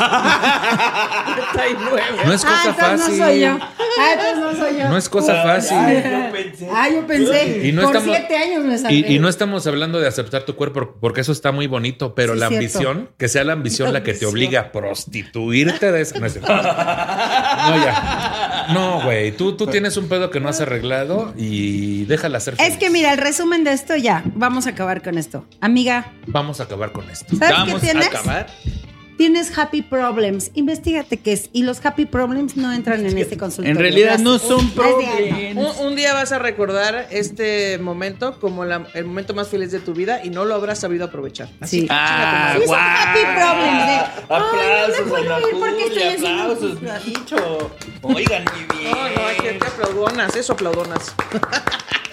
Speaker 3: no es
Speaker 4: Ah,
Speaker 3: cosa
Speaker 4: entonces
Speaker 3: fácil.
Speaker 4: no soy yo. Ah, entonces no soy yo.
Speaker 3: No es cosa
Speaker 5: Ay,
Speaker 3: fácil.
Speaker 5: no pensé.
Speaker 4: Ah, yo pensé.
Speaker 3: Y no
Speaker 4: por
Speaker 3: estamos-
Speaker 4: siete años me salvé.
Speaker 3: Y, y no estamos hablando de aceptar tu cuerpo porque eso está muy bonito, pero
Speaker 4: Sí,
Speaker 3: la
Speaker 4: cierto.
Speaker 3: ambición, que sea la ambición la, que te obliga a prostituirte de eso. No, es cierto. No, ya. No, güey, tú, tú tienes un pedo que no has arreglado y déjala ser
Speaker 4: Es
Speaker 3: feliz.
Speaker 4: que mira, el resumen de esto ya. Vamos a acabar con esto. Amiga,
Speaker 3: Vamos a acabar con esto.
Speaker 4: ¿sabes
Speaker 5: Vamos
Speaker 4: qué
Speaker 5: a
Speaker 4: tienes?
Speaker 5: acabar.
Speaker 4: Tienes happy problems. Investígate qué es. Y los happy problems no entran en este consultorio.
Speaker 5: En realidad no
Speaker 4: Gracias.
Speaker 5: son
Speaker 4: Gracias.
Speaker 5: problemas.
Speaker 1: Un, un día vas a recordar este momento como la- el momento más feliz de tu vida y no lo habrás sabido aprovechar.
Speaker 4: Sí.
Speaker 5: Ah,
Speaker 4: Sí, son
Speaker 5: guau.
Speaker 4: happy problems, de,
Speaker 5: Aplausos,
Speaker 4: "Ay, no me puedo
Speaker 5: Ana
Speaker 4: ir porque estoy
Speaker 5: Julia,
Speaker 4: haciendo
Speaker 5: aplausos,
Speaker 4: mis-
Speaker 5: mi dicho. Oigan, muy bien.
Speaker 1: No, no, hay gente aplaudonas, eso aplaudonas.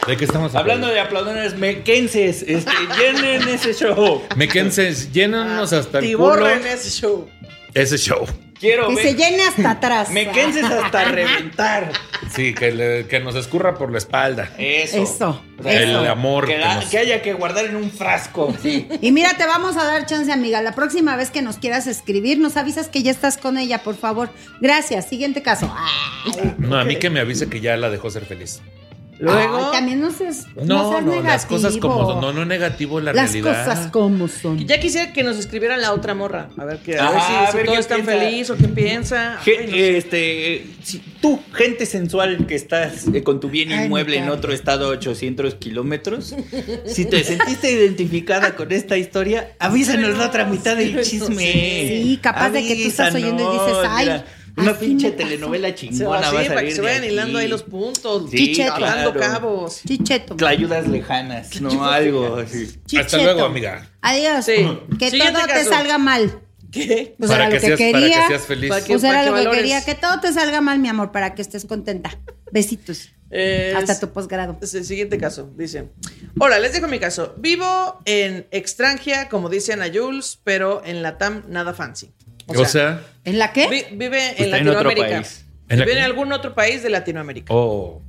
Speaker 3: ¿De qué estamos
Speaker 5: Hablando de aplaudones mequenses, este, llenen ese show.
Speaker 3: Mequenses, llénanos
Speaker 4: Ah,
Speaker 3: hasta el culo
Speaker 1: Tiborren ese show.
Speaker 3: ese show.
Speaker 5: Quiero
Speaker 4: Que se
Speaker 5: ver.
Speaker 4: llene hasta atrás.
Speaker 5: Mequenses hasta reventar.
Speaker 3: Sí, que, le- que nos escurra por la espalda.
Speaker 5: Eso.
Speaker 4: Ah, Eso,
Speaker 3: El eso. amor
Speaker 5: Que,
Speaker 3: que
Speaker 5: da-
Speaker 3: nos-
Speaker 5: que haya que guardar en un frasco.
Speaker 4: Y mira, te vamos a dar chance, amiga. La próxima vez que nos quieras escribir, nos avisas que ya estás con ella, por favor. Gracias. Siguiente caso. Ah, Ay,
Speaker 3: No, a mí que me avise que ya la dejó ser feliz.
Speaker 1: Luego.
Speaker 4: ay, también no seas, no
Speaker 3: No,
Speaker 4: seas
Speaker 3: no, las
Speaker 4: negativo.
Speaker 3: cosas como son. No, no negativo la
Speaker 4: Las
Speaker 3: realidad.
Speaker 4: cosas como son.
Speaker 1: Ya quisiera que nos escribiera la otra morra. A ver, que, a
Speaker 5: Ajá,
Speaker 1: ver si,
Speaker 5: a
Speaker 1: si
Speaker 5: ver
Speaker 1: todo
Speaker 5: qué
Speaker 1: es tan
Speaker 5: piensa.
Speaker 1: feliz o qué piensa.
Speaker 5: Gen-
Speaker 1: Ay, no sé.
Speaker 5: este, eh, si tú, gente sensual que estás eh, con tu bien
Speaker 4: Ay,
Speaker 5: inmueble
Speaker 4: mi
Speaker 5: en
Speaker 4: cara.
Speaker 5: otro estado a 800 kilómetros, si te sentiste identificada con esta historia, avísanos la otra mitad del
Speaker 1: Sí,
Speaker 5: chisme.
Speaker 4: Sí, capaz de que tú estás oyendo y dices,
Speaker 5: Avísanos,
Speaker 4: ay,
Speaker 5: mira, una
Speaker 4: así
Speaker 5: pinche
Speaker 4: me pasó.
Speaker 5: telenovela
Speaker 1: Se va
Speaker 5: chingona
Speaker 1: así,
Speaker 5: va a
Speaker 1: para
Speaker 5: salir
Speaker 1: que se
Speaker 5: de
Speaker 1: vayan
Speaker 5: aquí.
Speaker 1: hilando ahí los puntos.
Speaker 5: Sí,
Speaker 4: Chicheto.
Speaker 1: hablando
Speaker 5: claro.
Speaker 1: cabos.
Speaker 4: Chicheto.
Speaker 5: Clayudas lejanas, no algo así.
Speaker 3: Hasta
Speaker 4: Chicheto.
Speaker 3: luego, amiga.
Speaker 4: Adiós.
Speaker 1: Sí.
Speaker 4: Que
Speaker 1: Siguiente
Speaker 4: todo te
Speaker 1: caso.
Speaker 4: salga mal.
Speaker 1: ¿Qué?
Speaker 4: Pues
Speaker 3: para,
Speaker 4: era
Speaker 3: que
Speaker 4: lo que
Speaker 3: seas, para
Speaker 4: quería.
Speaker 3: que seas feliz.
Speaker 1: Para que-
Speaker 4: Pues era lo que
Speaker 1: valores.
Speaker 4: quería. Que todo te salga mal, mi amor, para que estés contenta. Besitos.
Speaker 1: Eh,
Speaker 4: Hasta tu posgrado.
Speaker 1: Es el siguiente caso, dice. Hola, les dejo mi caso. Vivo en extranjia, como dicen a Jules, pero en Latam nada fancy.
Speaker 3: o sea, Pues
Speaker 4: ¿En la qué?
Speaker 1: vi- vive en
Speaker 5: Está en otro
Speaker 1: Latinoamérica.
Speaker 5: país.
Speaker 3: ¿En la
Speaker 1: vive
Speaker 3: qué?
Speaker 1: en algún otro país de Latinoamérica.
Speaker 3: oh.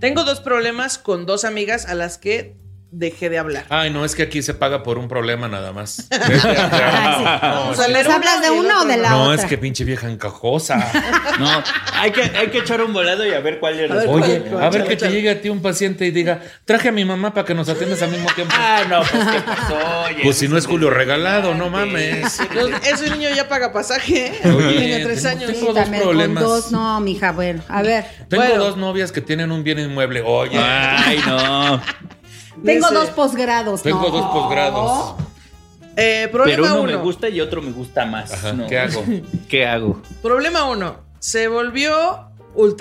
Speaker 1: Tengo dos problemas con dos amigas a las que dejé de hablar.
Speaker 3: Ay, no, es que aquí se paga por un problema nada más. Vete acá.
Speaker 1: O
Speaker 3: No,
Speaker 1: sea,
Speaker 3: es-
Speaker 1: leer
Speaker 4: ¿Nos hablas
Speaker 1: una
Speaker 4: de
Speaker 1: y el
Speaker 4: una
Speaker 1: otro
Speaker 4: o de
Speaker 1: no.
Speaker 4: la
Speaker 3: no,
Speaker 4: otra.
Speaker 3: es que pinche vieja encajosa.
Speaker 5: No, hay que, hay que echar un volado y a ver cuál
Speaker 1: ver,
Speaker 5: es la
Speaker 3: Oye,
Speaker 1: Chale,
Speaker 3: a ver que te
Speaker 1: chale.
Speaker 3: llegue a ti un paciente y diga, traje a mi mamá para que nos atiendas al mismo tiempo.
Speaker 5: Ah, no, pues qué pasó, oye.
Speaker 3: Pues si no es Julio regalado, no mames.
Speaker 1: Los- ese niño ya paga pasaje. ¿eh?
Speaker 3: Oye,
Speaker 1: Tiene tres
Speaker 3: tengo-
Speaker 1: años.
Speaker 3: tengo dos
Speaker 4: También
Speaker 3: problemas.
Speaker 4: Con dos, no, mija, bueno. A ver.
Speaker 3: Tengo
Speaker 1: Bueno.
Speaker 3: dos novias que tienen un bien inmueble. Oye, ah,
Speaker 5: Ay, no.
Speaker 4: Tengo
Speaker 1: Dice,
Speaker 4: dos posgrados.
Speaker 3: tengo
Speaker 4: no.
Speaker 3: dos posgrados.
Speaker 1: eh,
Speaker 5: Pero
Speaker 1: problema
Speaker 5: uno, me
Speaker 1: uno.
Speaker 5: gusta y otro me gusta más.
Speaker 3: Ajá,
Speaker 5: No.
Speaker 3: ¿Qué hago?
Speaker 5: ¿Qué hago?
Speaker 1: Problema uno. Se volvió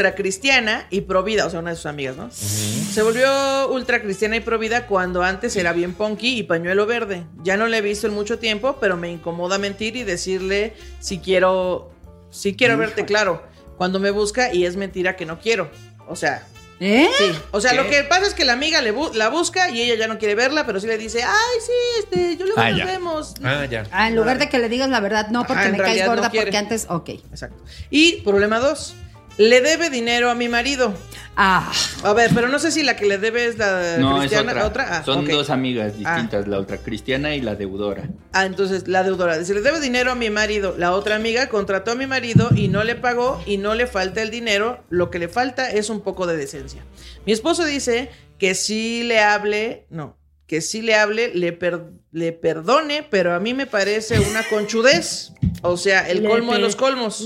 Speaker 1: ultracristiana y provida, o sea, una de sus amigas, ¿no? Se volvió ultracristiana y provida cuando antes era bien punky y pañuelo verde. Ya no le he visto en mucho tiempo, pero me incomoda mentir y decirle si quiero, si quiero verte, claro. Cuando me busca y es mentira que no quiero. O sea,
Speaker 4: ¿Eh?
Speaker 1: Sí. O sea,
Speaker 5: ¿Qué?
Speaker 1: lo que pasa es que la amiga le bu- la busca y ella ya no quiere verla, pero sí le dice, ay, sí, este, yo luego
Speaker 5: Ah,
Speaker 1: nos
Speaker 5: ya.
Speaker 1: vemos.
Speaker 3: Ah, ya.
Speaker 4: Ah, en lugar de que le digas la verdad, no, porque
Speaker 1: Ajá, en
Speaker 4: me caes
Speaker 1: realidad
Speaker 4: gorda,
Speaker 1: no quiere.
Speaker 4: porque antes, ok.
Speaker 1: Exacto. Y problema dos, le debe dinero a mi marido.
Speaker 4: Ah,
Speaker 1: A ver, pero no sé si la que le debe es la
Speaker 5: No, es
Speaker 1: Eh, cristiana,
Speaker 5: otra.
Speaker 1: la otra. Ah,
Speaker 5: Son
Speaker 1: ok.
Speaker 5: dos amigas
Speaker 1: Ah.
Speaker 5: distintas, la otra cristiana y la deudora.
Speaker 1: Ah, entonces la deudora. Dice, le debe dinero a mi marido. La otra amiga contrató a mi marido y no le pagó y no le falta el dinero. Lo que le falta es un poco de decencia. Mi esposo dice que si le hable, no, que si le hable, le, per- le perdone, pero a mí me parece una conchudez. O sea, el colmo de los colmos.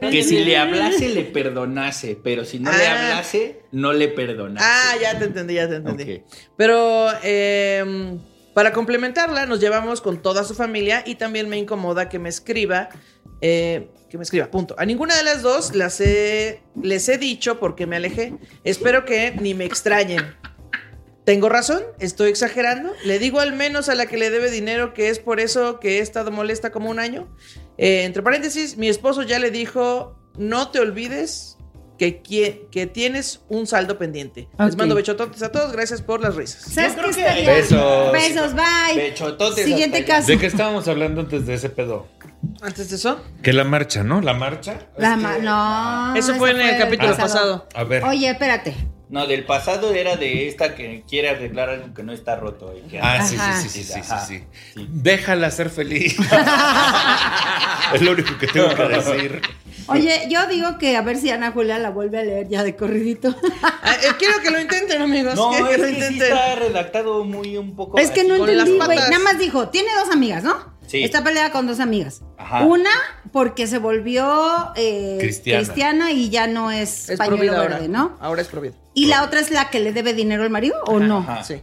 Speaker 5: Que si le hablase, le perdonase, pero si no le
Speaker 1: Ah.
Speaker 5: hablase, no le perdonase.
Speaker 1: Ah, ya te entendí, ya te entendí.
Speaker 5: Ok.
Speaker 1: Pero eh, para complementarla, nos llevamos con toda su familia y también me incomoda que me escriba. eh, que me escriba, punto. A ninguna de las dos las he- les he dicho porque me alejé. Espero que ni me extrañen. ¿Tengo razón? ¿Estoy exagerando? Le digo al menos a la que le debe dinero que es por eso que he estado molesta como un año. Eh, entre paréntesis, mi esposo ya le dijo, no te olvides que, qui- que tienes un saldo pendiente. Les
Speaker 4: Ok.
Speaker 1: mando bechototes a todos, gracias por las risas.
Speaker 4: ¿sabes
Speaker 5: Yo
Speaker 4: qué
Speaker 5: creo que-
Speaker 4: estaría?
Speaker 3: Besos.
Speaker 4: Besos, bye.
Speaker 5: Bechototes
Speaker 4: Siguiente
Speaker 5: hasta allá.
Speaker 4: caso.
Speaker 3: ¿De qué estábamos hablando antes de ese pedo?
Speaker 1: Antes de eso,
Speaker 3: Que la marcha, ¿no? La marcha.
Speaker 4: La ma- no.
Speaker 1: eso
Speaker 4: ese
Speaker 1: fue en el capítulo pasado.
Speaker 3: A ver.
Speaker 4: Oye, espérate.
Speaker 5: No, del pasado era de esta que quiere arreglar algo que no está roto. y que-
Speaker 3: Ah, sí,
Speaker 4: Ajá.
Speaker 3: sí, sí, sí, sí,
Speaker 5: Ajá.
Speaker 3: sí, sí.
Speaker 5: Sí.
Speaker 3: Déjala ser feliz. es lo único que tengo que decir.
Speaker 4: Oye, yo digo que a ver si Ana Julia la vuelve a leer ya de corridito.
Speaker 1: Ah, eh, quiero que lo intenten, amigos.
Speaker 5: No,
Speaker 1: quiero Ah, que
Speaker 5: es
Speaker 1: lo
Speaker 5: que sí
Speaker 1: intenten.
Speaker 5: está redactado muy un poco.
Speaker 4: es que no
Speaker 5: así.
Speaker 1: con las
Speaker 4: entendí, güey.
Speaker 1: patas.
Speaker 4: Nada más dijo, tiene dos amigas, ¿no?
Speaker 5: Sí.
Speaker 4: Está peleada con dos amigas.
Speaker 5: Ajá.
Speaker 4: Una porque se volvió eh,
Speaker 3: Cristiana.
Speaker 4: cristiana. y ya no es,
Speaker 1: Es
Speaker 4: pañuelo
Speaker 1: provida
Speaker 4: verde,
Speaker 1: ahora.
Speaker 4: ¿no?
Speaker 1: Ahora es provida.
Speaker 4: Y la otra es la que le debe dinero al marido o no.
Speaker 5: Ajá.
Speaker 1: Sí.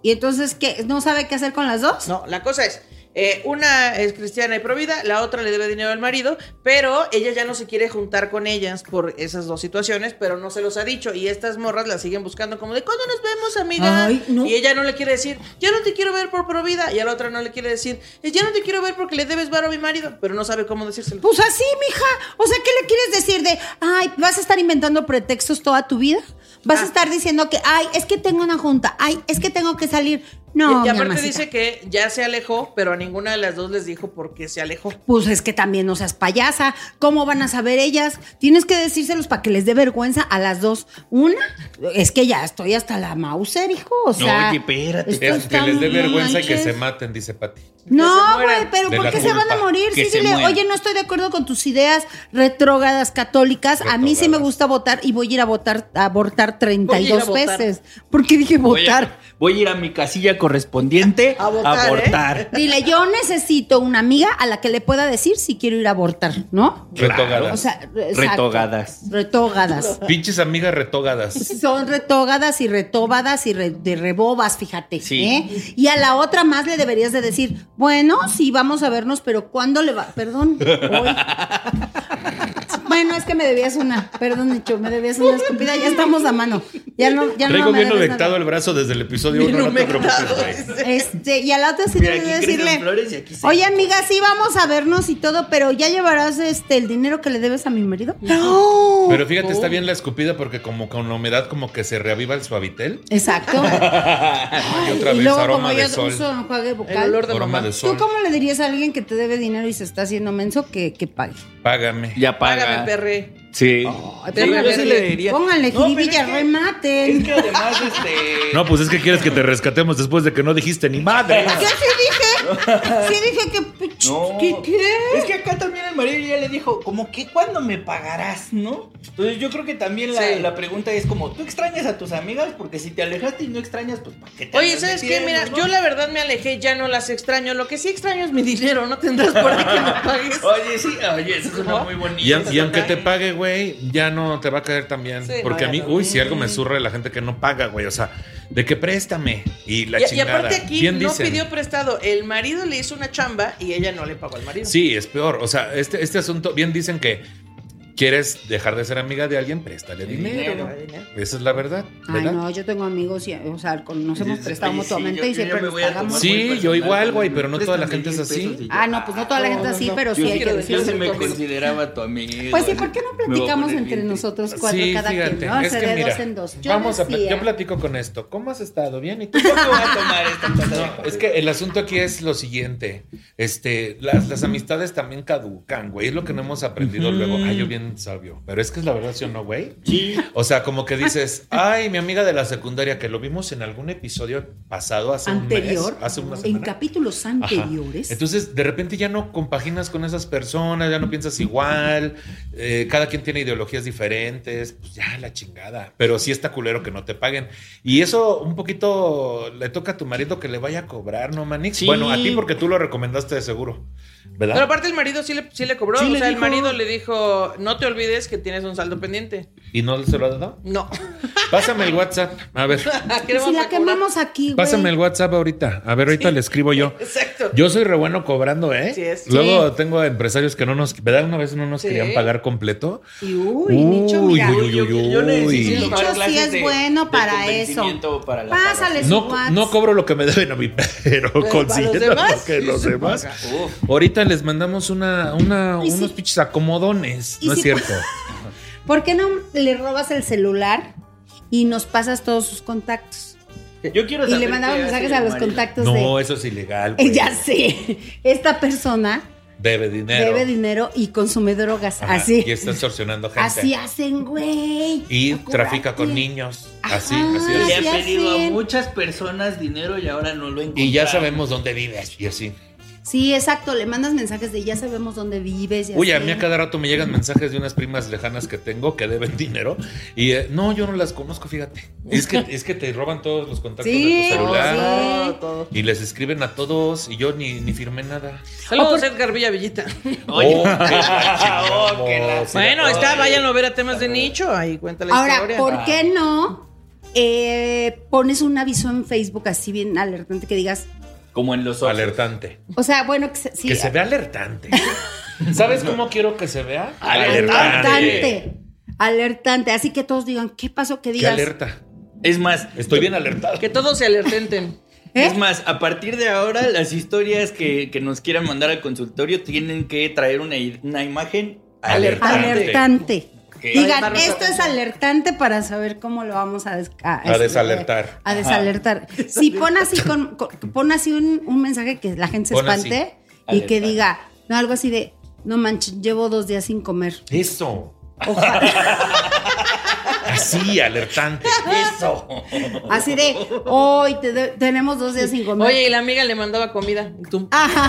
Speaker 4: Y entonces, ¿qué? ¿No sabe qué hacer con las dos?
Speaker 1: No, la cosa es, eh, una es cristiana y provida, la otra le debe dinero al marido, pero ella ya no se quiere juntar con ellas por esas dos situaciones, pero no se los ha dicho y estas morras la siguen buscando como de, ¿cuándo nos vemos, amiga?
Speaker 4: Ay, no.
Speaker 1: Y ella no le quiere decir, ya no te quiero ver por provida, y a la otra no le quiere decir, ya no te quiero ver porque le debes varo a mi marido, pero no sabe cómo decírselo.
Speaker 4: Pues así, mija. O sea, ¿qué le quieres decir de, ay, va vas a estar inventando pretextos toda tu vida.
Speaker 1: Ah.
Speaker 4: Vas a estar diciendo que, ay, es que tengo una junta, ay, es que tengo que salir. No,
Speaker 1: y,
Speaker 4: mi
Speaker 1: y aparte
Speaker 4: amacita.
Speaker 1: dice que ya se alejó, pero a ninguna de las dos les dijo por qué se alejó.
Speaker 4: Pues es que también no seas payasa. ¿Cómo van a saber ellas? Tienes que decírselos para que les dé vergüenza a las dos. Una, es que ya estoy hasta la Mauser, hijo. O sea,
Speaker 5: oye, espérate.
Speaker 4: esto
Speaker 3: Es que
Speaker 4: está
Speaker 3: les dé
Speaker 4: no
Speaker 3: vergüenza y que
Speaker 4: manches.
Speaker 3: se maten, dice Pati.
Speaker 1: se
Speaker 4: No,
Speaker 1: mueran.
Speaker 4: güey, pero
Speaker 3: De
Speaker 4: ¿por
Speaker 3: la
Speaker 4: qué se van a
Speaker 3: culpa.
Speaker 4: morir?
Speaker 5: Que
Speaker 4: Sí,
Speaker 5: se
Speaker 4: dile,
Speaker 5: mueran.
Speaker 4: oye, no estoy de acuerdo con tus ideas retrógradas católicas. A mí sí me
Speaker 3: Retrógradas.
Speaker 4: gusta votar y voy a ir a votar a abortar 32
Speaker 1: Voy a ir a votar.
Speaker 4: veces. ¿Por qué dije
Speaker 5: Voy a-
Speaker 4: votar?
Speaker 5: Voy a ir a mi casilla correspondiente
Speaker 1: A
Speaker 5: a
Speaker 1: votar, ¿eh?
Speaker 5: votar.
Speaker 4: Dile, yo necesito una amiga a la que le pueda decir si quiero ir a abortar, ¿no?
Speaker 5: Claro.
Speaker 3: Retogadas.
Speaker 4: O sea, exacto.
Speaker 5: Retogadas.
Speaker 4: Retógadas.
Speaker 3: Pinches amigas retogadas.
Speaker 4: Son retógadas y retóbadas y re- de rebobas, fíjate.
Speaker 5: Sí.
Speaker 4: ¿eh? Y a la otra más le deberías de decir, bueno, sí, vamos a vernos, pero ¿cuándo le va? Perdón, hoy. Bueno, es que me debías una, perdón, Nicho, me debías una escupida, ya estamos a mano. Ya no, ya
Speaker 3: Traigo
Speaker 4: no me
Speaker 3: bien
Speaker 4: debes
Speaker 3: humectado
Speaker 4: nada.
Speaker 3: el brazo desde el episodio 1, no te preocupes, güey.
Speaker 4: Este, y a la otra sí
Speaker 5: Mira,
Speaker 4: le voy a
Speaker 5: aquí crecen
Speaker 4: decirle,
Speaker 5: flores y aquí se-
Speaker 4: oye amiga, sí vamos a vernos y todo, pero ya llevarás este el dinero que le debes a mi marido.
Speaker 3: Pero fíjate, está bien la escupida porque como con la humedad como que se reaviva el suavitel.
Speaker 4: Exacto.
Speaker 3: Y otra
Speaker 4: y
Speaker 3: vez
Speaker 4: luego
Speaker 3: aroma
Speaker 4: como
Speaker 3: de
Speaker 4: yo
Speaker 3: sol.
Speaker 4: uso enjuague bucal.
Speaker 1: El olor de
Speaker 3: Aroma
Speaker 1: mamá.
Speaker 3: de
Speaker 4: ¿Tú
Speaker 3: sol.
Speaker 4: cómo le dirías a alguien que te debe dinero y se está haciendo menso que, que pague?
Speaker 3: Págame.
Speaker 5: Ya paga.
Speaker 1: Págame, perre.
Speaker 5: Sí.
Speaker 4: Oh,
Speaker 1: perro,
Speaker 5: yo sí
Speaker 1: perro.
Speaker 5: le diría.
Speaker 4: Pónganle
Speaker 5: No, pero
Speaker 4: jiribilla,
Speaker 5: es que-
Speaker 4: rematen.
Speaker 5: Es que además, este.
Speaker 3: No, pues es que quieres que te rescatemos después de que no dijiste ni madre.
Speaker 4: Yo sí dije, sí dije que...
Speaker 5: No.
Speaker 4: ¿Qué, qué?
Speaker 5: Es que acá también el marido ya le dijo, como que cuándo me pagarás, ¿no? Entonces yo creo que también la,
Speaker 1: Sí.
Speaker 5: la pregunta es como, ¿tú extrañas a tus amigas? Porque si te alejaste y no extrañas, pues ¿para qué te
Speaker 1: Oye,
Speaker 5: andas
Speaker 1: ¿sabes qué?
Speaker 5: metiendo,
Speaker 1: Mira,
Speaker 5: no?
Speaker 1: yo la verdad me alejé, ya no las extraño. Lo que sí extraño es mi dinero, no tendrás por ahí que me pagues.
Speaker 5: Oye, sí, oye, eso suena
Speaker 1: ¿No?
Speaker 5: muy bonito.
Speaker 3: Y, a- y aunque te
Speaker 5: Ay,
Speaker 3: pague, güey, ya no te va a caer tan bien.
Speaker 1: Sí,
Speaker 3: porque
Speaker 1: no,
Speaker 3: a mí,
Speaker 1: ya no.
Speaker 3: uy, si algo me surre de la gente que no paga, güey. O sea, de que préstame. Y la
Speaker 1: Y, y
Speaker 3: chingada.
Speaker 1: aparte aquí
Speaker 3: Bien
Speaker 1: no
Speaker 3: dicen.
Speaker 1: pidió prestado. El marido le hizo una chamba y ella no le pagó al marido.
Speaker 3: Sí, es peor. O sea, este, este asunto, bien dicen que quieres dejar de ser amiga de alguien, préstale dinero.
Speaker 5: dinero.
Speaker 3: Esa es la verdad.
Speaker 4: Ay,
Speaker 3: ¿verdad?
Speaker 4: no, yo tengo amigos y, o sea, con- nos hemos
Speaker 5: sí,
Speaker 4: prestado
Speaker 5: sí,
Speaker 4: mutuamente
Speaker 5: yo-
Speaker 4: y
Speaker 5: yo ya
Speaker 4: siempre
Speaker 5: me
Speaker 4: nos
Speaker 5: voy a
Speaker 4: pagamos.
Speaker 5: tomar
Speaker 3: Sí,
Speaker 5: muy
Speaker 3: yo
Speaker 5: personal,
Speaker 3: igual, güey,
Speaker 5: también.
Speaker 3: pero no toda la
Speaker 5: Préstame
Speaker 3: gente es
Speaker 5: 10
Speaker 3: así.
Speaker 5: pesos y yo,
Speaker 4: Ah, no, pues no toda la gente así, pero sí
Speaker 5: yo
Speaker 4: hay
Speaker 5: quiero
Speaker 4: que
Speaker 5: decir, yo sí
Speaker 4: decirlo.
Speaker 5: me
Speaker 1: todo.
Speaker 5: consideraba tu amigo.
Speaker 4: Pues sí, ¿por qué no
Speaker 5: Me voy a
Speaker 4: platicamos
Speaker 5: poner
Speaker 4: entre
Speaker 5: bien
Speaker 4: nosotros cuatro
Speaker 3: sí,
Speaker 4: cada
Speaker 3: fíjate.
Speaker 4: quien? ¿no?
Speaker 3: es
Speaker 4: Se
Speaker 3: que
Speaker 4: de
Speaker 3: mira,
Speaker 4: dos en dos. Yo
Speaker 3: vamos a pl-
Speaker 4: decía-
Speaker 3: yo platico con esto. ¿Cómo has estado? ¿Bien? ¿Y tú?
Speaker 5: triste. ¿Cómo voy a tomar esta cosa?
Speaker 3: No, es que el asunto aquí es lo siguiente. Este, las, las amistades también caducan, güey. Es lo que no hemos aprendido luego. Ay, yo bien sabio. Pero es que es la verdad, ¿sí o no, güey?
Speaker 5: Sí.
Speaker 3: O sea, como que dices, ay, mi amiga de la secundaria, que lo vimos en algún episodio pasado hace un
Speaker 4: anterior,
Speaker 3: mes, hace una
Speaker 4: en
Speaker 3: semana.
Speaker 4: capítulos
Speaker 3: Ajá.
Speaker 4: anteriores.
Speaker 3: Entonces, de repente ya no compaginas con esas personas, ya no piensas igual, eh, cada quien tiene ideologías diferentes, pues ya la chingada. Pero sí está culero que no te paguen. Y eso un poquito le toca a tu marido que le vaya a cobrar, ¿no, Manix?
Speaker 5: Sí.
Speaker 3: Bueno, a ti porque tú lo recomendaste de seguro, ¿verdad?
Speaker 1: Pero aparte el marido sí le, sí le cobró.
Speaker 5: Sí,
Speaker 1: o
Speaker 5: le
Speaker 1: sea, el
Speaker 5: dijo.
Speaker 1: marido le dijo, no te olvides que tienes un saldo pendiente.
Speaker 3: ¿Y no se lo ha dado?
Speaker 1: No.
Speaker 3: Pásame el WhatsApp, a ver.
Speaker 1: ¿Qué le
Speaker 4: si
Speaker 1: vamos a
Speaker 4: la
Speaker 1: cobrar?
Speaker 4: quemamos aquí, güey.
Speaker 3: Pásame el WhatsApp ahorita. A ver, ahorita le escribo yo.
Speaker 1: Exacto.
Speaker 3: Yo soy re bueno cobrando, ¿eh?
Speaker 1: Sí, es.
Speaker 3: Luego tengo empresarios que no nos, ¿verdad? Una vez no nos
Speaker 1: Sí.
Speaker 3: querían pagar completo.
Speaker 4: Y uy, Nicho,
Speaker 3: Uy,
Speaker 4: mira.
Speaker 3: uy, uy, uy,
Speaker 5: Yo
Speaker 3: uy.
Speaker 5: necesito
Speaker 4: Nicho
Speaker 5: tomar
Speaker 4: sí
Speaker 5: clases
Speaker 4: es
Speaker 5: de-
Speaker 4: bueno
Speaker 5: de
Speaker 4: para
Speaker 5: convencimiento
Speaker 4: eso.
Speaker 5: para la
Speaker 4: Pásale su
Speaker 3: No,
Speaker 4: WhatsApp.
Speaker 3: no cobro lo que me deben a mí, pero
Speaker 1: Pero
Speaker 3: consiguiendo
Speaker 1: para los demás,
Speaker 3: lo que
Speaker 1: sí
Speaker 3: los
Speaker 1: se
Speaker 3: demás.
Speaker 5: paga. Uf.
Speaker 3: Ahorita les mandamos una, una,
Speaker 4: Y si-
Speaker 3: unos pinches acomodones.
Speaker 4: y
Speaker 3: No es
Speaker 4: si-
Speaker 3: cierto.
Speaker 4: ¿Por qué no le robas el celular y nos pasas todos sus contactos?
Speaker 5: Yo quiero
Speaker 3: Pues
Speaker 4: Y
Speaker 5: saber
Speaker 4: le mandamos
Speaker 5: qué hace
Speaker 4: mensajes
Speaker 5: el
Speaker 4: a los
Speaker 5: marido.
Speaker 4: contactos
Speaker 3: No,
Speaker 4: de...
Speaker 3: eso es ilegal.
Speaker 4: Eh,
Speaker 3: güey.
Speaker 4: Ya sé, esta persona
Speaker 3: Debe dinero.
Speaker 4: debe dinero y consume drogas.
Speaker 3: Ajá,
Speaker 4: así.
Speaker 3: Y está extorsionando gente.
Speaker 4: Así hacen, güey.
Speaker 3: y
Speaker 4: Acuérdate.
Speaker 3: trafica con niños. Así,
Speaker 4: Ajá.
Speaker 3: así
Speaker 5: Y
Speaker 3: es.
Speaker 5: le
Speaker 4: Sí
Speaker 5: ha pedido a
Speaker 4: hacen.
Speaker 5: muchas personas dinero y ahora no lo encuentra.
Speaker 3: Y ya sabemos dónde vives. Y así.
Speaker 4: Sí, exacto, le mandas mensajes de ya sabemos dónde vives. ya
Speaker 3: Uy, a
Speaker 4: sé".
Speaker 3: mí a cada rato me llegan mensajes de unas primas lejanas que tengo que deben dinero. Y eh, no, yo no las conozco, fíjate. Es que, es que te roban todos los contactos de
Speaker 4: Sí,
Speaker 3: tu celular. Ah,
Speaker 4: sí.
Speaker 3: Y les escriben a todos y yo ni, ni firmé nada.
Speaker 1: Saludos, Edgar Villa Villita.
Speaker 5: Oye,
Speaker 3: Oh, qué la
Speaker 5: oh, qué la-
Speaker 3: chingamos.
Speaker 1: bueno, ahí está,
Speaker 5: oye.
Speaker 1: váyanlo a ver a temas de nicho. Ahí cuenta la
Speaker 4: Ahora,
Speaker 1: historia.
Speaker 3: Ah.
Speaker 4: ¿por qué no eh, pones un aviso en Facebook así bien alertante que digas,
Speaker 5: Como en los ojos.
Speaker 3: Alertante.
Speaker 4: o sea, bueno, que se, sí,
Speaker 3: que se vea alertante. ¿Sabes cómo quiero que se vea?
Speaker 4: alertante, alertante, así que todos digan, ¿qué pasó? Que
Speaker 3: ¿Qué
Speaker 4: digas,
Speaker 3: alerta?
Speaker 5: Es más,
Speaker 3: Estoy bien alertado.
Speaker 1: Que todos se alertenten.
Speaker 4: ¿Eh?
Speaker 5: es más, a partir de ahora las historias que, que nos quieran mandar al consultorio tienen que traer una, i- una imagen
Speaker 3: Alertante.
Speaker 5: alertante.
Speaker 4: alertante. Digan,
Speaker 1: darnos
Speaker 4: esto es alertante para saber cómo lo vamos a, des-
Speaker 3: A desalertar.
Speaker 4: A desalertar. Si pon así, con, con- pon así un, un mensaje que la gente se
Speaker 3: Pon así,
Speaker 4: espante y que
Speaker 3: alerta.
Speaker 4: diga no, algo así de, no manches, llevo dos días sin comer.
Speaker 3: Eso.
Speaker 4: Ojalá.
Speaker 3: Así, alertante.
Speaker 2: Eso.
Speaker 4: así de, hoy te de- tenemos dos días sin comer.
Speaker 1: Oye, y la amiga le mandaba comida. Y tú.
Speaker 4: Ajá.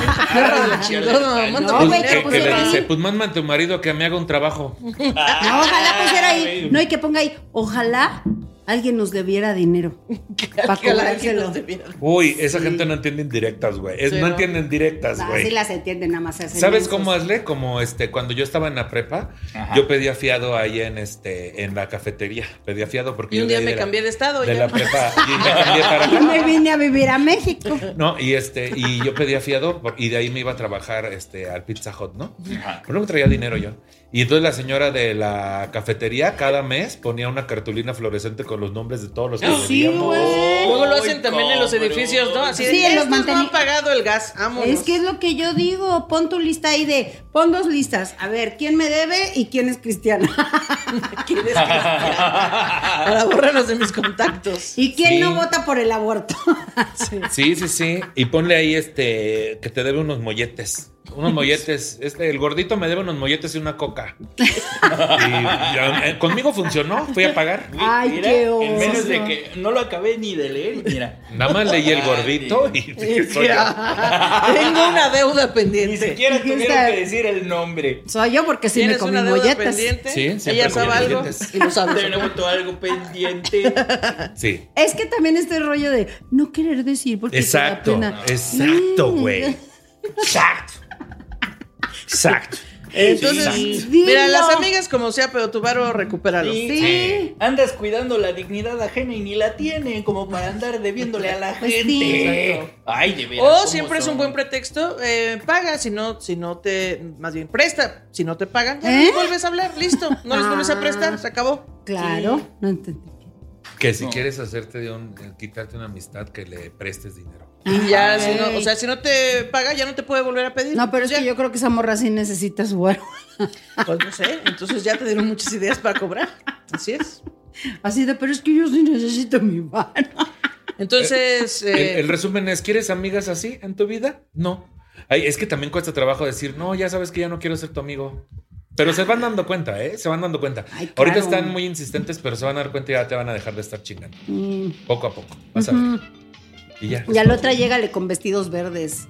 Speaker 1: "Ah, la chingada,
Speaker 2: no,
Speaker 1: mándame
Speaker 4: güey,
Speaker 3: Pues,
Speaker 1: dinero,
Speaker 4: pero
Speaker 3: que, que
Speaker 4: pues
Speaker 1: pues,
Speaker 3: le
Speaker 4: ahí-
Speaker 3: dice, pues mándame a tu marido que me haga un trabajo.
Speaker 4: No, Ah, ojalá pusiera ahí. No, y que ponga ahí, ojalá alguien nos debiera dinero. Para
Speaker 1: que la gente
Speaker 4: cobrárselo.
Speaker 1: nos debiera".
Speaker 3: Uy, esa gente no entiende indirectas, güey. Es-
Speaker 1: Sí,
Speaker 3: no,
Speaker 1: no.
Speaker 3: entienden directas,
Speaker 4: Así
Speaker 3: Pues, güey.
Speaker 4: Ah, las entienden nada más. se hacen
Speaker 3: ¿Sabes
Speaker 4: mensos.
Speaker 3: cómo hazle? Como este, cuando yo estaba en la prepa,
Speaker 2: Ajá.
Speaker 3: yo pedía fiado ahí en este, en la cafetería. Pedía fiado porque
Speaker 1: Y
Speaker 3: yo
Speaker 1: un día
Speaker 3: ahí
Speaker 1: me
Speaker 3: era-
Speaker 1: cambié de estado.
Speaker 3: de
Speaker 1: ya.
Speaker 3: la prepa y me cambié para
Speaker 4: Yo
Speaker 3: acá.
Speaker 4: me vine a vivir a México.
Speaker 3: No, y este, y yo pedía fiado por- y de ahí me iba a trabajar este al Pizza Hut, ¿no?
Speaker 2: Ajá.
Speaker 3: Pero no traía dinero yo. Y entonces la señora de la cafetería cada mes ponía una cartulina fluorescente con los nombres de todos los que
Speaker 4: Sí,
Speaker 3: bebíamos.
Speaker 4: güey.
Speaker 3: Oh,
Speaker 1: Luego lo hacen
Speaker 2: Ay,
Speaker 1: también en los
Speaker 2: cabrón.
Speaker 1: edificios, ¿no? Así de,
Speaker 4: Sí, en los
Speaker 1: "Estos no han
Speaker 4: manteni-
Speaker 1: pagado el gas. Vámonos.
Speaker 4: Es que es lo que yo digo. Pon tu lista ahí de. Pon dos listas. A ver, ¿quién me debe y quién es cristiana?
Speaker 1: ¿Quién es cristiana? Ahora bórranos de mis contactos.
Speaker 4: ¿Y quién
Speaker 3: Sí.
Speaker 4: no vota por el aborto?
Speaker 3: Sí, sí, sí. Y ponle ahí este que te debe unos molletes. Unos molletes. Este, el gordito me debe unos molletes y una coca. Y, eh, conmigo funcionó, fui a pagar.
Speaker 4: Ay,
Speaker 2: Mira,
Speaker 4: qué
Speaker 2: En menos de
Speaker 4: oso.
Speaker 2: que no lo acabé ni de leer y mira.
Speaker 3: Nada más leí el gordito y dije, soy yo.
Speaker 1: Tengo una deuda
Speaker 2: Ni
Speaker 1: pendiente.
Speaker 2: siquiera
Speaker 4: Dijiste-
Speaker 2: tuvieron que decir el nombre.
Speaker 4: Soy yo porque sí me
Speaker 1: ¿Tienes
Speaker 4: comí
Speaker 1: una deuda
Speaker 4: molletes.
Speaker 1: pendiente?
Speaker 3: Sí, siempre
Speaker 1: Ella
Speaker 3: comí
Speaker 1: sabe algo
Speaker 3: molletes.
Speaker 1: y lo sabe.
Speaker 2: Tenemos todo algo pendiente.
Speaker 3: Sí.
Speaker 4: Es que también este rollo de no querer decir porque te da
Speaker 3: Exacto,
Speaker 4: pena.
Speaker 3: exacto,
Speaker 4: Mm.
Speaker 3: güey. Exacto. Exacto.
Speaker 1: Entonces,
Speaker 3: Sí.
Speaker 1: mira,
Speaker 4: Dilo.
Speaker 1: las amigas como sea, pero tu varo recupéralo.
Speaker 2: Sí.
Speaker 4: Sí.
Speaker 2: Andas cuidando la dignidad ajena y ni la tiene, como para andar debiéndole a la
Speaker 4: Pues
Speaker 2: gente.
Speaker 4: sí.
Speaker 1: Exacto.
Speaker 2: Ay, de veras.
Speaker 1: O
Speaker 2: ¿cómo
Speaker 1: siempre es
Speaker 2: son?
Speaker 1: un buen pretexto, eh, paga, si no, si no te, más bien presta, si no te pagan, ya no
Speaker 4: ¿Eh?
Speaker 1: les vuelves a hablar, listo, no les vuelves a
Speaker 4: Ah.
Speaker 1: prestar, se acabó.
Speaker 4: Claro, no entendí.
Speaker 3: Que si quieres hacerte de un, eh, quitarte una amistad, que le prestes dinero.
Speaker 1: Y ya,
Speaker 4: Ajá.
Speaker 1: si no, o sea, si no te paga, ya no te puede volver a pedir.
Speaker 4: Ah, No, pero es
Speaker 1: ya,
Speaker 4: que yo creo que esa morra sí necesita su aro.
Speaker 1: Pues no sé, entonces ya te dieron muchas ideas para cobrar, así es.
Speaker 4: Así de, pero es que yo sí necesito mi bar.
Speaker 1: Entonces, eh,
Speaker 3: el, el resumen es, ¿quieres amigas así en tu vida? No. Ay, es que también cuesta trabajo decir, no, ya sabes que ya no quiero ser tu amigo. Pero se van dando cuenta, ¿eh? Se van dando cuenta.
Speaker 4: Ay, claro.
Speaker 3: Ahorita están muy insistentes, pero se van a dar cuenta y ya te van a dejar de estar chingando. Poco a poco. Vas a ver. Y ya.
Speaker 4: Y a la otra llégale con vestidos verdes.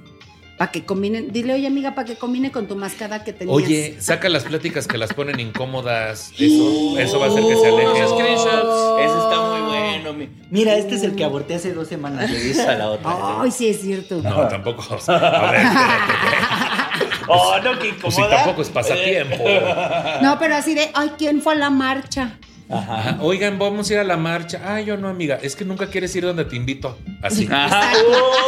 Speaker 4: Para que combinen. Dile, oye, amiga, para que combine con tu mascada que tenías.
Speaker 3: Oye, saca las pláticas que las ponen incómodas. Eso, eso va a hacer que se alejen.
Speaker 1: Unos screenshots.
Speaker 2: Oh, Ese está muy bueno. mi- Mira, este es el que aborté hace dos semanas. Le hizo a la otra.
Speaker 4: Ay, sí, es cierto.
Speaker 3: No, tampoco. o sea, A ver, espérate.
Speaker 2: Oh, no, que
Speaker 3: Pues si
Speaker 2: incomoda.
Speaker 3: tampoco es pasatiempo.
Speaker 4: No, pero así de, ay, ¿quién fue a la marcha?
Speaker 3: Ajá. Oigan, vamos a ir a la marcha. Ay, yo no, amiga. Es que nunca quieres ir donde te invito. Así.
Speaker 2: Ah,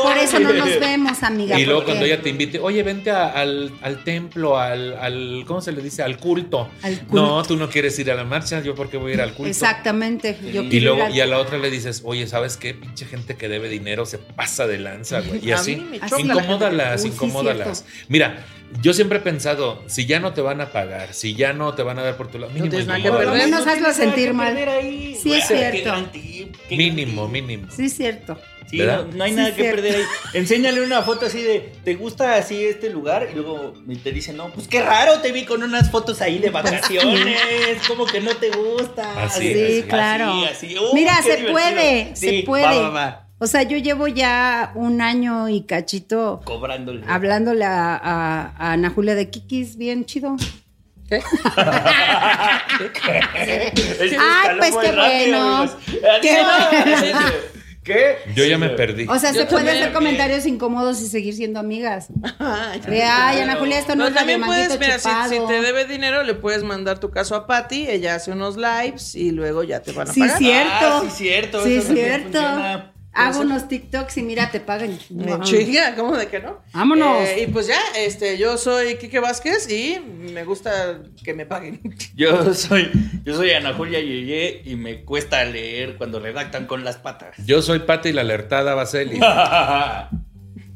Speaker 4: Por eso no nos vemos, amiga.
Speaker 3: Y luego
Speaker 4: porque-
Speaker 3: cuando ella te invite, oye, vente a- al, al templo, al, al- ¿cómo se le dice? Al culto.
Speaker 4: Al culto.
Speaker 3: No, tú no quieres ir a la marcha, yo porque voy a ir al culto.
Speaker 4: Exactamente. Yo
Speaker 3: Y
Speaker 4: quiero
Speaker 3: luego,
Speaker 4: ir al-
Speaker 3: y a la otra le dices, oye, ¿sabes qué? Pinche gente que debe dinero se pasa de lanza, güey. Y
Speaker 1: A
Speaker 3: así,
Speaker 1: mí me
Speaker 4: choca la
Speaker 3: incomódalas,
Speaker 4: gente. Uy, sí,
Speaker 3: incomódalas.
Speaker 4: cierto.
Speaker 3: Mira, yo siempre he pensado, si ya no te van a pagar, si ya no te van a dar por tu lado, mínimo,
Speaker 1: tienes nada que
Speaker 3: incomódalas.
Speaker 1: perder.
Speaker 4: No nos hazlo
Speaker 2: tienes nada
Speaker 4: sentir
Speaker 2: que
Speaker 4: mal.
Speaker 2: perder ahí.
Speaker 4: Sí, es
Speaker 2: Güey,
Speaker 4: cierto.
Speaker 2: qué gran tip, qué gran
Speaker 3: mínimo,
Speaker 2: tip.
Speaker 3: mínimo.
Speaker 4: Sí, es cierto.
Speaker 2: Sí,
Speaker 3: ¿Verdad?
Speaker 2: no, no hay
Speaker 4: Sí,
Speaker 2: nada
Speaker 4: es
Speaker 2: que
Speaker 4: cierto.
Speaker 2: perder ahí. Enséñale una foto así de, ¿te gusta así este lugar? Y luego te dice, no, pues qué raro, te vi con unas fotos ahí de vacaciones, como que no te gusta.
Speaker 3: Así,
Speaker 4: Sí,
Speaker 3: así, así. Uh,
Speaker 4: claro.
Speaker 2: así. Uy,
Speaker 4: Mira,
Speaker 2: qué
Speaker 4: se
Speaker 2: divertido.
Speaker 4: puede,
Speaker 2: Sí,
Speaker 4: se puede.
Speaker 2: va, va, va,
Speaker 4: O sea, yo llevo ya un año y cachito
Speaker 2: Cobrándole.
Speaker 4: hablándole a, a- a Ana Julia de Kikis, bien chido.
Speaker 1: ¿qué?
Speaker 4: Ay, pues qué bueno. Qué
Speaker 2: bueno. ¿Qué?
Speaker 3: Yo ya me perdí.
Speaker 4: O sea,
Speaker 1: Yo
Speaker 4: se pueden
Speaker 1: también,
Speaker 4: hacer
Speaker 2: bien.
Speaker 4: comentarios incómodos y seguir siendo amigas.
Speaker 1: Ay,
Speaker 4: De, ay, Ana Julia, esto no
Speaker 1: Pero
Speaker 4: es la de
Speaker 1: también puedes,
Speaker 4: mandito
Speaker 1: mira, si,
Speaker 4: chupado.
Speaker 1: si te debe dinero, le puedes mandar tu caso a Patty, ella hace unos lives y luego ya te van a
Speaker 4: Sí,
Speaker 1: pagar.
Speaker 4: cierto.
Speaker 2: Ah, sí, cierto,
Speaker 4: Sí,
Speaker 2: eso también
Speaker 4: cierto.
Speaker 2: funciona.
Speaker 4: Hago unos TikToks y mira, te pagan.
Speaker 1: Me
Speaker 4: Wow.
Speaker 1: chinga, ¿cómo de que no?
Speaker 4: Vámonos.
Speaker 1: Eh, y pues ya, este, yo soy Quique Vázquez y me gusta que me paguen.
Speaker 2: Yo soy, yo soy Ana Julia Yeye y me cuesta leer cuando redactan con las patas.
Speaker 3: Yo soy Pati la alertada Baseli.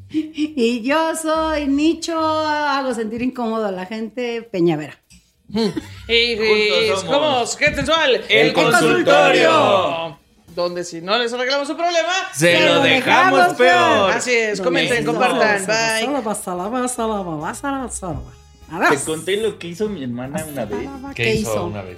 Speaker 4: Y yo soy Nicho, hago sentir incómodo a la gente, Peñavera.
Speaker 1: Y, y
Speaker 2: Juntos somos
Speaker 1: somos gente sensual,
Speaker 2: el consultorio.
Speaker 1: Donde si no les arreglamos su problema,
Speaker 2: Se lo dejamos peor.
Speaker 1: Así es, comenten, compartan, bye.
Speaker 2: Te conté lo que hizo mi hermana una vez.
Speaker 3: ¿Qué hizo una vez?